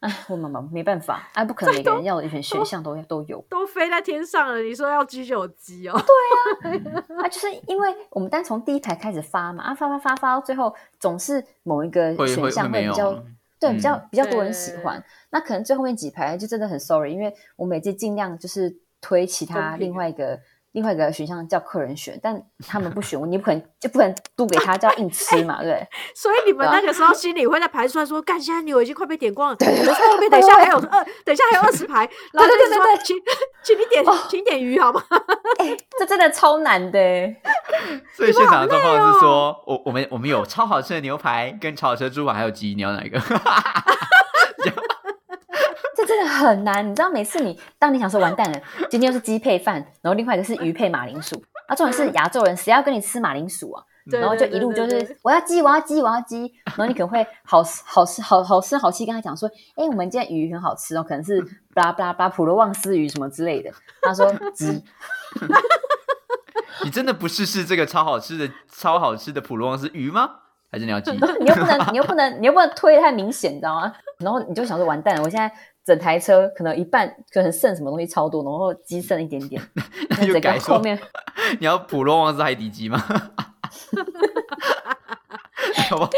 哎，我妈妈没办法，哎，不可能每个人要的选选项都都有
都飞在天上了，你说要居酒鸡哦？嗯
啊，就是因为我们单从第一排开始发嘛，啊发发发发到最后总是某一个
会
选
会会
项会
没
比
有
较
啊，
对，比较
嗯
比较多人喜欢。那可能最后面几排就真的很 sorry，因为我每次尽量就是推其他
公平
另外一个另外一个选项叫客人选，但他们不选，你不可能就不可能嘟给他叫硬吃嘛，对不对？
所以你们
对啊
那个时候心里会在盘算说，干，现在牛已经快被点光了，我们后面等一下还有二，等一下还有二 十排，然后就
对对
是说
对对哦
请请你点，请点鱼好吗？
哎、这真的超难的欸、
所以现场的状况是
哦
说，我我们我们有超好吃的牛排，跟超好吃的猪排，还有鸡，你要哪一个？
这真的很难。你知道，每次你当你想说完蛋了，今天又是鸡配饭，然后另外一个是鱼配马铃薯，啊，重点是亚洲人谁要跟你吃马铃薯啊？
嗯
对
然后就
对
一路
对
就
对
是我要鸡，我要鸡，我要鸡，然后你可能会好好吃好好声好气跟他讲说，哎、我们今天鱼很好吃哦，可能是巴拉巴拉巴拉普罗旺斯鱼什么之类的。他说鸡，
你真的不试试这个超好吃的超好吃的普罗旺斯鱼吗？还是你 要鸡？
你又不能，你又不能，你又不能推得太明显，你知道吗？然后你就想说，完蛋了，我现在整台车可能一半可能剩什么东西超多，然后鸡剩一点 点，那
就
整
改
个
说
后面
你要普罗旺斯海底鸡吗？ 搞不好，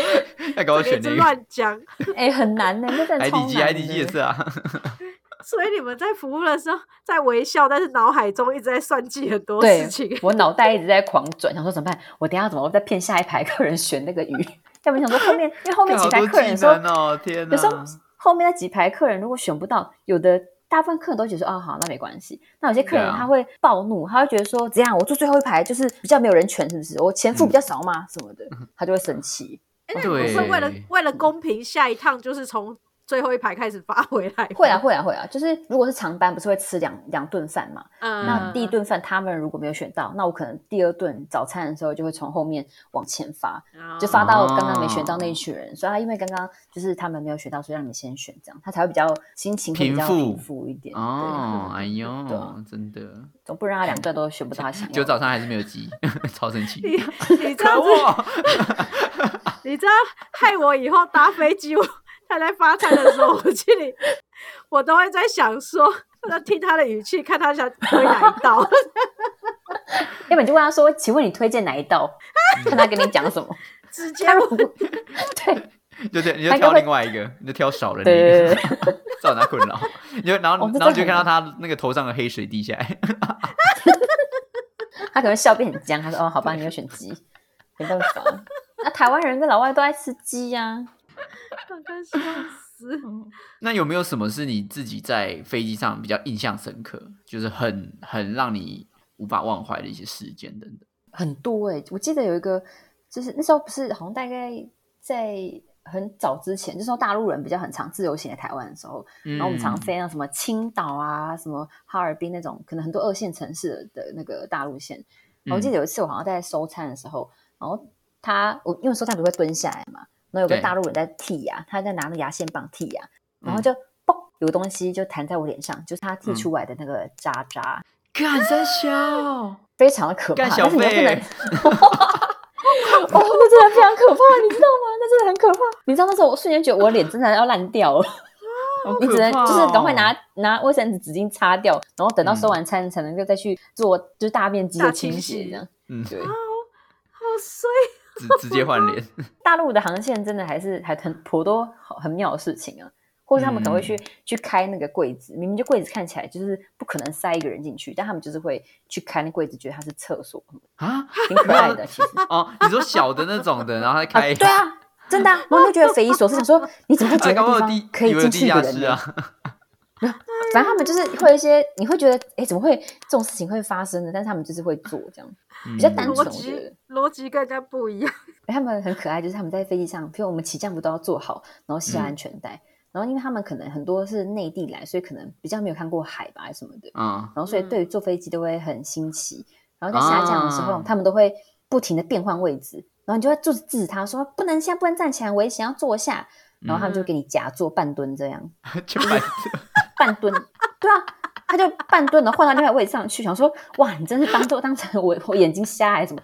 要搞我
别
选
一直
那个
乱讲。
哎、很难呢、那真的
海
超
底鸡，
难的。
海底鸡也是啊。
所以你们在服务的时候在微笑，但是脑海中一直在算计很多
对
事情。，
我脑袋一直在狂转，想说怎么办？我等一下怎么再骗下一排客人选那个鱼？ 要不然想说后面，因为后面
好
几排
多
客人
技
有时候
能哦，天
有时候
哪！
后面那几排客人如果选不到，有的大部分客人都觉得说啊好，那没关系。那有些客人
对啊
他会暴怒，他会觉得说怎样，我坐最后一排就是比较没有人权，是不是？我钱付比较少嘛，什么的，他就会生气。哦
哎，那你 们会为了
嗯对
为了公平，下一趟就是从最后一排开始发回来？
会啊，会啊，会啊，就是如果是长班，不是会吃两两顿饭嘛？
嗯，
那第一顿饭他们如果没有选到，那我可能第二顿早餐的时候就会从后面往前发，
哦
啊
就发到刚刚没选到那一群人，所以他因为刚刚就是他们没有选到，所以让你们先选，这样他才会比较心情会比
平
较
复
平复一点。
哦，哎
对啊
呦，真的，
对，总不能让他两段都选不到他想
就
要的。
早上还是没有鸡，超生 气。
你你这
可
样子，
恶！
你这样害我以后搭飞机，我他在发餐的时候，我心里我都会在想说，要听他的语气，看他想推哪一 道。
要不然你就问他说：“请问你推荐哪一道？” 看他跟你讲什么。
直接
他如果对
就这样，你就挑
他应该会
另外一个，你就挑少了那
对
个，
对对，
造成他困扰。你就然后
哦这
然后就
真的
看到
很
他那个头上的黑水滴下来，
他可能笑变很僵，他说：“哦，好吧，你要选鸡，没办法。”那台湾人跟老外都爱吃鸡啊呀、
我快笑死。
嗯
那有没有什么是你自己在飞机上比较印象深刻，就是很很让你无法忘怀的一些事件等等？
欸很多哎、我记得有一个，就是那时候不是好像大概在很早之前，就是说大陆人比较很常自由行来台湾的时候，
然
然后我们常
嗯
飞到什么青岛啊、什么哈尔滨那种，可能很多二线城市的的那个大陆线。然后我
嗯
记得有一次我好像在收餐的时候，然后他我因为收餐不是会蹲下来嘛，然后有个
对
大陆人在剔牙，他在拿那个牙线棒剔牙，然后
嗯
就嘣有个东西就弹在我脸上，就是他剔出来的那个渣渣，
干三小，
非常的可怕。
干
但
小
是你又不能
费，
哦，真的非常可怕，你知道吗？那真的很可怕。你知道那时候我瞬间觉得我脸真的要烂掉了。
好
你
可
只能
怕
就是赶快
哦
拿拿卫生纸、纸巾擦掉，然后等到收
嗯
完餐才能够再去做就是大面积的
大
清
清
洗
洗
这样。
嗯
对，
好衰，
直直接换脸，
大陆的航线真的还是还很颇多好很妙的事情啊，或者他们可能会去、
嗯
去开那个柜子，明明就柜子看起来就是不可能塞一个人进去，但他们就是会去开那柜子，觉得它是厕所，
啊
挺可爱的。其实
哦，你说小的那种的，然后再
啊，
开，
对啊。真的、啊，然后就觉得匪夷所思，想说你怎么会觉
哎，
得那
搞不好有
地方
地
可以
以为有
进去
地
一
下
个人
室
呢？
啊，
反正他们就是会有一些，你会觉得，哎，怎么会这种事情会发生呢？但是他们就是会做这样，
比
比较单纯
逻
我觉
辑
得
逻辑跟人家不一样，
诶他们很可爱，就是他们在飞机上，譬如我们起降不都要做好，然后系
嗯
安全带，然后因为他们可能很多是内地来，所以可能比较没有看过海吧还是什么的，
嗯，
然后所以
嗯
对于坐飞机都会很新奇，然后在下降的时候，
啊
他们都会不停的变换位置，然后你就会制制止他说不能下，不能站起来，危险，要坐下，然后他们就
嗯
给你假坐半蹲这样，
就摆
半蹲，对啊，他就半蹲，然后换到另外位置上去，想说哇，你真是当做当成我我眼睛瞎还是什么？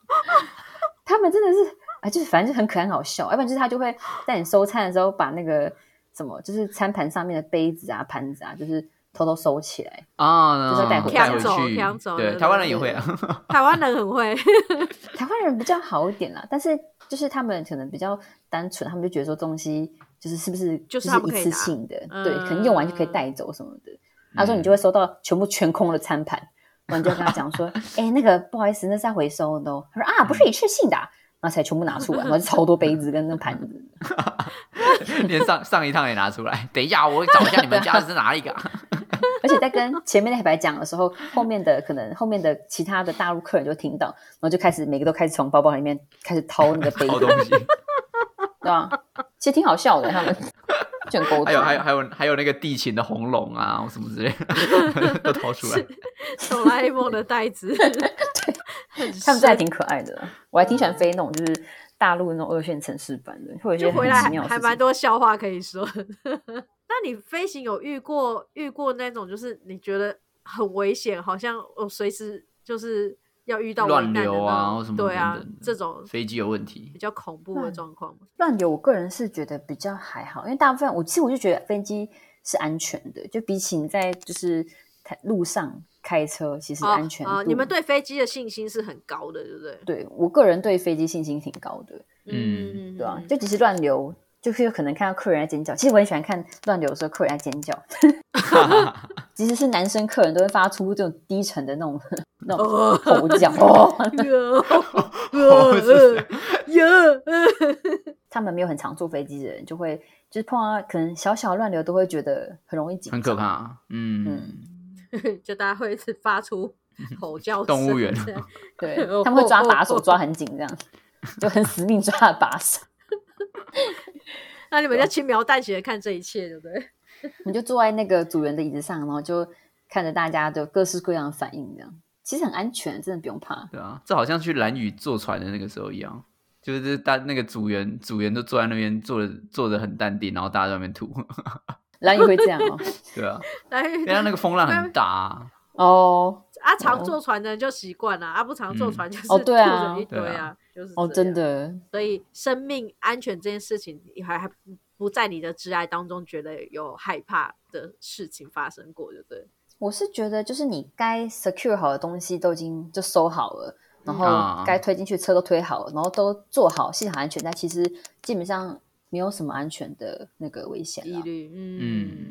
他们真的是啊，就是反正就很可爱很好笑，要不然就是他就会在你收餐的时候把那个什么，就是餐盘上面的杯子啊、盘子啊，就是偷偷收起来。
啊，
就是要带回
带
家
回
走
去
抢走，
对，
对
台湾
对
人也
对
会啊，
台湾人很会，
台湾人比较好一点啦，但是就是他们可能比较单纯，他们就觉得说东西就是是不是
就是他们
一
可以
次
拿
性的，
嗯
对，可能用完就可以带走什么的。
嗯
他说你就会收到全部全空的餐盘，然后你就跟他 讲说，哎、那个不好意思，那是要回收的哦。他说
嗯
啊，不是一次性的、啊，然后才全部 拿出来，然后就超多杯子跟那盘子。
连上上一趟也拿出来。等一下，我找一下你们家是哪一个啊。
而且在跟前面的黑白讲的时候，后面的可能后面的其他的大陆客人就听到，然后就开始每个都开始从包包里面开始掏那个杯
好
子
东，西，
对吧、其实挺好笑的，他们就很沟通。
还有还有还有还有那个地勤的红龙啊，什么之类 的都掏出来。
哆啦 A 梦的袋 子，很
他们这还
深
挺可爱的啦，我还挺喜欢飞那种就是大陆那种二线城市版的，会有一些
就
很
回来
奇
还
妙的
还
事
蛮
情。
多笑话可以说。 那你飞行有遇过遇过那种就是你觉得很危险，好像我随时就是要遇到危
乱
难的
流啊
那
或什
种，
么
对啊
等等，的
这种
飞机有问题
比，较恐怖的
乱
状况吗。
乱流，我个人是觉得比较还好，因为大部分我其实我就觉得飞机是安全的，就比起你在就是台路上开车，其实
哦
安全度、
哦你们对飞机的信心是很高的，对不对？
对我个人对飞机信心挺高的，
嗯
对啊
嗯，
就即使乱流。就是有可能看到客人在尖叫，其实我很喜欢看乱流的时候客人在 尖叫，即使是男生客人都会发出这种低沉的 那种那 种
哦
吼叫，哦，
哟
我哦是
呃哟呃
他们没有很常坐飞机的人，就会就是碰到可能小小乱流都会觉得很容易紧张，
很可。怕。嗯
嗯，
就大家会是发出吼叫声，
动物园
对
对
哦，
他们会抓把
哦
手
哦
抓很紧，这样就很死命抓把手。
那你
啊
们就轻描淡写的看这一切，对不对？
我们就坐在那个组员的椅子上，然后就看着大家的各式各样的反应，这样其实很安全，真的不用怕。
对啊，这好像去蓝屿坐船的那个时候一样。就是大那个组员，组员都坐在那边坐的坐的很淡定，然后大家在那边吐，
蓝宇会这样哦，
对啊，
来，
因为他那个风浪很大、啊，
哦
啊，常坐船的人就习惯了，啊，不常坐
嗯
船就是
哦
吐
对啊
着一堆
对
啊
啊，
就是
哦，
这
真
样。
的，
所以生命安全这件事情，你还还不不在你的挚爱当中觉得有害怕的事情发生过，对不对？
我是觉得就是你该 secure 好的东西都已经就收好了，
嗯
然
啊
后该推进去的车都推好了，然后都做好系统安全带，其实基本上没有什么安全的那个危险
疑
了。
虑， 嗯
嗯，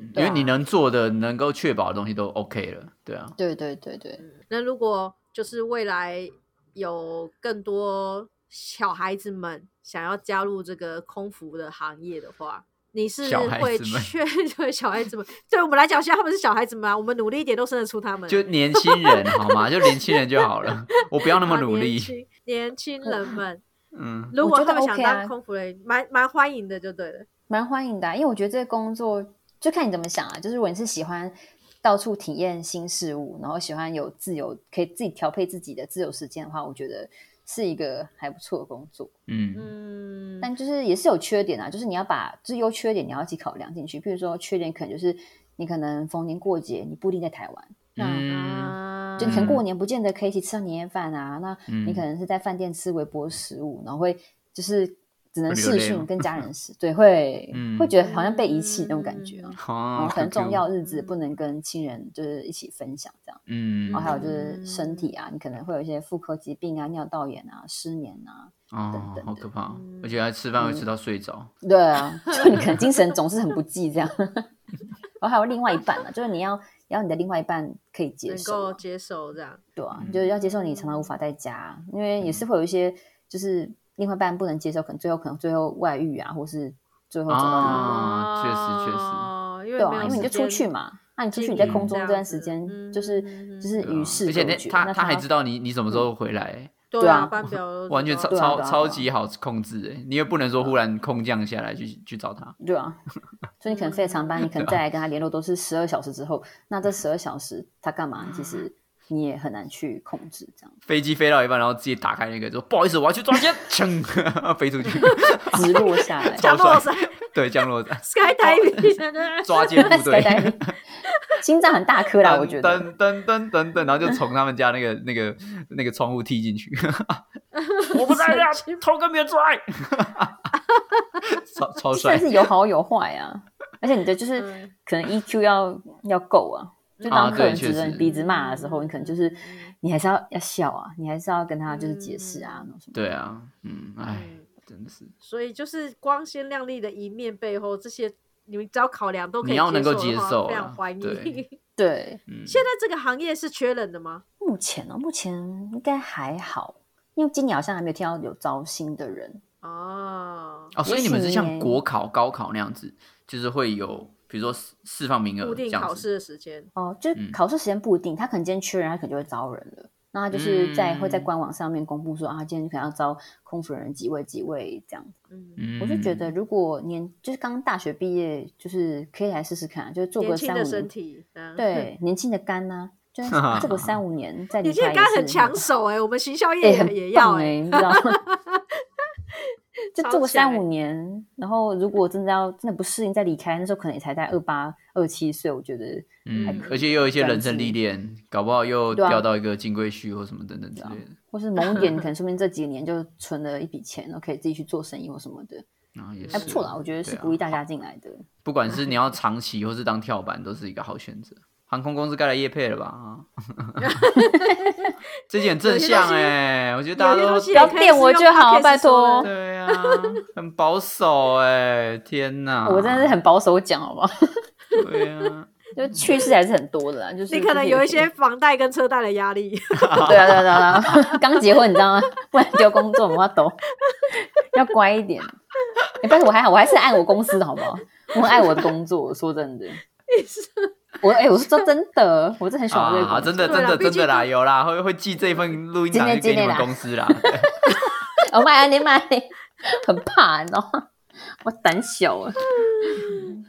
因
对啊
为你能做的、能够确保的东西都 OK 了，对啊，
对对对对，
那如果就是未来有更多小孩子们想要加入这个空服的行业的话，你是
小孩
会
子们
劝 对小孩子们，对我们来讲，现在他们是小孩子们啊，我们努力一点都生得出他们。
就年轻人好吗？就年轻人就好了，我不要那 么
啊
努
年
力。
轻年轻人们，
嗯，
如
我
果
觉
他
得
们想
OK 啊
当空服人员，蛮蛮欢迎的，就对了。
蛮欢迎的啊、因为我觉得这个工作就看你怎么想啊。就是如果你是喜欢到处体验新事物，然后喜欢有自由，可以自己调配自己的自由时间的话，我觉得是一个还不错的工作。
嗯，
嗯，
但就是也是有缺点啊，就是你要把就是优缺点你要一起考量进去。比如说缺点可能就是你可能逢年过节你不一定在台湾，那
嗯，
啊
就你可能过年不见得可以一起吃到年夜饭啊，那你
嗯
可能是在饭店吃微波食物，然后会就是只能
会流
视
泪吗
讯跟家 人吃，对，会、
嗯
会觉得好像被遗弃那种感
哦
觉啊。然
好，
后可能
QQ
重要，日子不能跟亲人就是一起分享这样，
嗯，
哦然后还有就是身体啊，你可能会有一些妇科疾病啊、尿道炎啊、失眠啊，等
哦
等，
好
的
可怕哦，
嗯
而且还吃饭会吃到睡着，
对啊，就你可能精神总是很不济这样。 然后还有另外一半啊，就是你要要你的另外一半可以接
能
受
够
啊，
接受这样，
对
嗯
啊，就是要接受你常常无法在家啊，因为也是会有一些就是另外一半不能接受，可能最后可能最后外遇啊，或是最后走到那个
啊确实确实
哦，因为
对
没有
啊，因为你
时
就出
间
去，嘛，那你出去
经
你在
营
空中
这
这
样
段
子
时间
嗯
就是
嗯
就是
对啊
与世
而且
隔
那
绝，
他
那嗯
他还知道你你什么时候回来，欸
对
对
啊，
啊
班表都知
完全
道
超
对啊
超
对啊
超级好控制哎，你也不能说忽然空降下来去去找他，
对啊，所以你可能飞长班，你
啊
可能再来跟他联络都是十二小时之后，那这十二小时他干嘛，其实你也很难去控制这样。
飞机飞到一半，然后自己打开那个说不好意思，我要去抓奸，噌 飞出 去，，
直落下来。
超
降 落伞
帅，对，降落伞
sky diving，
抓奸部队
心脏很大颗啊啦，我觉得。
噔噔噔噔噔，然后就从他们家那个那个那个窗户踢进去。 我不在家，头跟别人拽，超超
真
帅
的。是有好有坏啊，而且你的就是
嗯
可能 EQ 要要够啊，就
啊
当客
对
人指
确
着你
实
鼻子骂的时候，你可能就是
嗯嗯
你还是要要笑啊，你还是要跟他就是解释啊那种什么。
对啊，嗯，哎，
嗯
真的是，
所以就是光鲜亮丽的一面背后，这些你们只要考量都可以
你要能够
接
接
的话
受
非
啦
常欢迎。
对
对，
嗯，
现在这个行业是缺人的吗？
目前呢、目前应该还好，因为今年好像还没有听到有招新的人。
哦，
哦，所以你们是
也许
像
耶
国考、高考那样子，就是会有比如说释释放名额
固
这
定
样
考
子。
试的时间，
哦，就是
嗯
考试时间不一定，他可能今天缺人，他可能就会招人了。那他就是在、会在
嗯
官网上面公布说啊，今天可能要招空服人几位几位这样子。
嗯，
嗯
我就觉得，如果年就是刚大学毕业，就是可以来试试看啊，就是做
年
个
轻
三
的
五
身
年，
体，嗯，
对，年轻的肝呐、就是做个三五年，再离
你现在
开一
刚刚很
次
抢手哎，我们行销
哎、
业
很
也也要
棒哎、
哎，
你知道吗？ 就
超欸
做个
起来
三五年，然后如果真的要真的不适应再离开，那时候可能也才在二八二七岁，我觉得还
嗯，
可
而
以，
且又有一些
这样
人生
子
历练，搞不好又
对啊
掉到一个金龟婿或什么等等之
对啊
类的，
或是猛一点，你可能说不定这几年就存了一笔钱，然后可以自己去做生意或什么的，
然后也是
还不错啦。我觉得
对
是
啊
鼓励大家进来的。
不管是你要长期或是当跳板，都是一个好选择。航空公司该来业配了吧？ 啊，这点正向哎、我觉得大
有
家
些东
都
西
不要
也可以
骗
是
我
用
就好
podcast
拜
说的
对啊，很保守哎、天哪！
哦我真的是很保守讲，好不好？
对啊，
就趣事还是很多的啦，就是
你可能
就是
有一些房贷跟车贷的压力，
对啊对啊对啊，对啊 刚结婚你知道吗？不然丢工作我要抖，要乖一点。欸、但是我还好，我还是爱我公司的好不好？我很爱我的工作，说真的，我哎、我是说真的，我是很喜欢我这个工作、
啊，真的
对啦
真的
毕竟
真的啦，
都
有啦，会会寄这份录音档
今天
给你
今
们
天啦
公司啦。
我哦买啊你买，很怕，你知道吗？我胆小啊，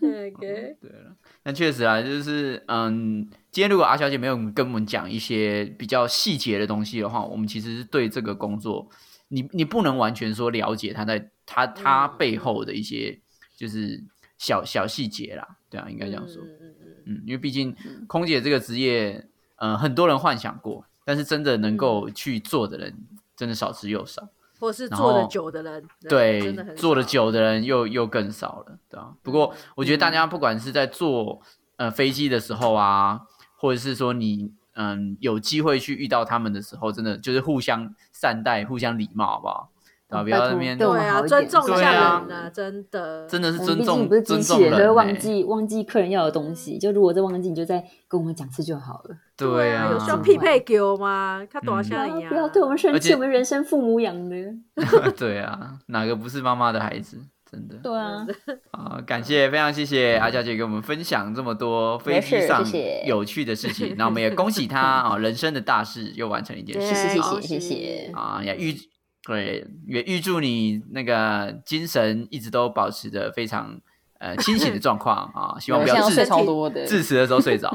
OK，
对了，那确实啊，就是嗯，今天如果阿小姐没有跟我们讲一些比较细节的东西的话，我们其实是对这个工作，你你不能完全说了解她在她她
嗯
背后的一些就是小小细节啦，对啊，应该这样说，
嗯嗯嗯
嗯，因为毕竟空姐这个职业，呃，很多人幻想过，但是真的能够去做的人，真的少之又少。
或是
然
做的
后
久的人，
对
真的很，
做的
少，
久的
嗯
人又又更少了，对啊。不过我觉得大家不管是在坐呃飞机的时候啊，或者是说你嗯有机会去遇到他们的时候，真的就是互相善待、互相礼貌，好不好？对吧、
嗯
不要在
拜
那
托
边
对
对啊，尊重一
对
下
啊
人啊，真的，
真的是
我们
尊
毕竟
重
不是机
尊
器
重
人，
人、
所以
欸，
忘记忘记客人要的东西。就如果再忘记，你就再跟我们讲次就好了。
对
啊，
啊，
有需要
屁
匹配给我吗？看多少
不
下
要
一
不要对我们生
而
气，
且
我们人生父母养的。
对啊，哪个不是妈妈的孩子？真的
对啊，
啊、感谢非常谢谢阿小姐给我们分享这么多飞
没
机
事
上
谢谢
有趣的事情，那我 们也恭喜她啊、人生的大事又完成一件
对
事
谢
情，
谢
啊
谢谢谢谢
啊，也预对，也预祝你那个精神一直都保持着非常呃清醒的状况啊，希望
我
不
现在
要
要睡
致
超多的。
致死的时候睡 着。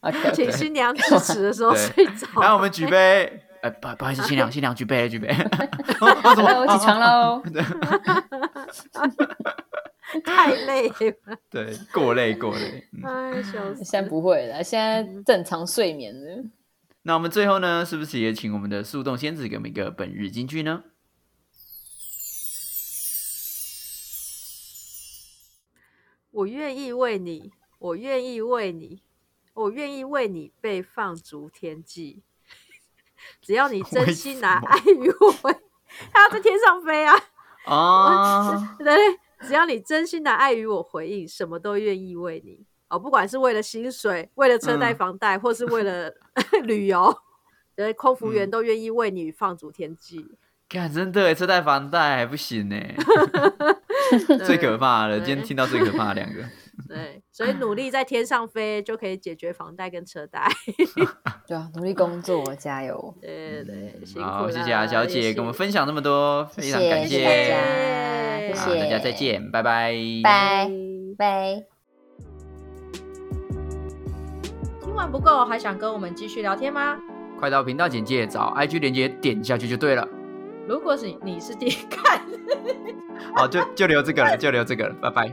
OK，
请新娘致辞的时候
对
睡着。
来，我们举杯。哎，不不好意思，新娘新娘举杯了，举杯。 我怎么
我起床？喽。
太累了，
对，过累过累。嗯
哎，笑死！
现在不会了，现在正常睡眠了。
那我们最后呢，是不是也请我们的速冻仙子给我们一个本日金句呢？
我愿意为你，我愿意为你，我愿意为你被放逐天际。只要你真心拿
为
爱与我为，他要在天上飞啊！
啊，
对，只要你真心拿爱与我回应，什么都愿意为你哦，不管是为了薪水、为了车贷、
嗯
房贷，或是为了 旅游，对，空服员
嗯
都愿意为你放逐天 际。
看真的耶，欸车贷房贷还不行呢， 最
对
可怕了。
对
今天听到最可怕的两 个，
对，所以努力在天上飞就可以解决房贷跟车贷。
对啊，努力工作，加油！
对对，辛苦
好，
了，
谢谢啊，小
也
姐
谢
跟我们分享那么多，非常感
谢
谢
谢大家，谢
好
谢
大家再。见，拜拜，
拜
拜拜。
听完不够，还想跟我们继续聊天吗？
快到频道简介找 IG 连接点下去就对了。
如果是你是第一看，
好，就就留这个了，就留这个了，拜拜。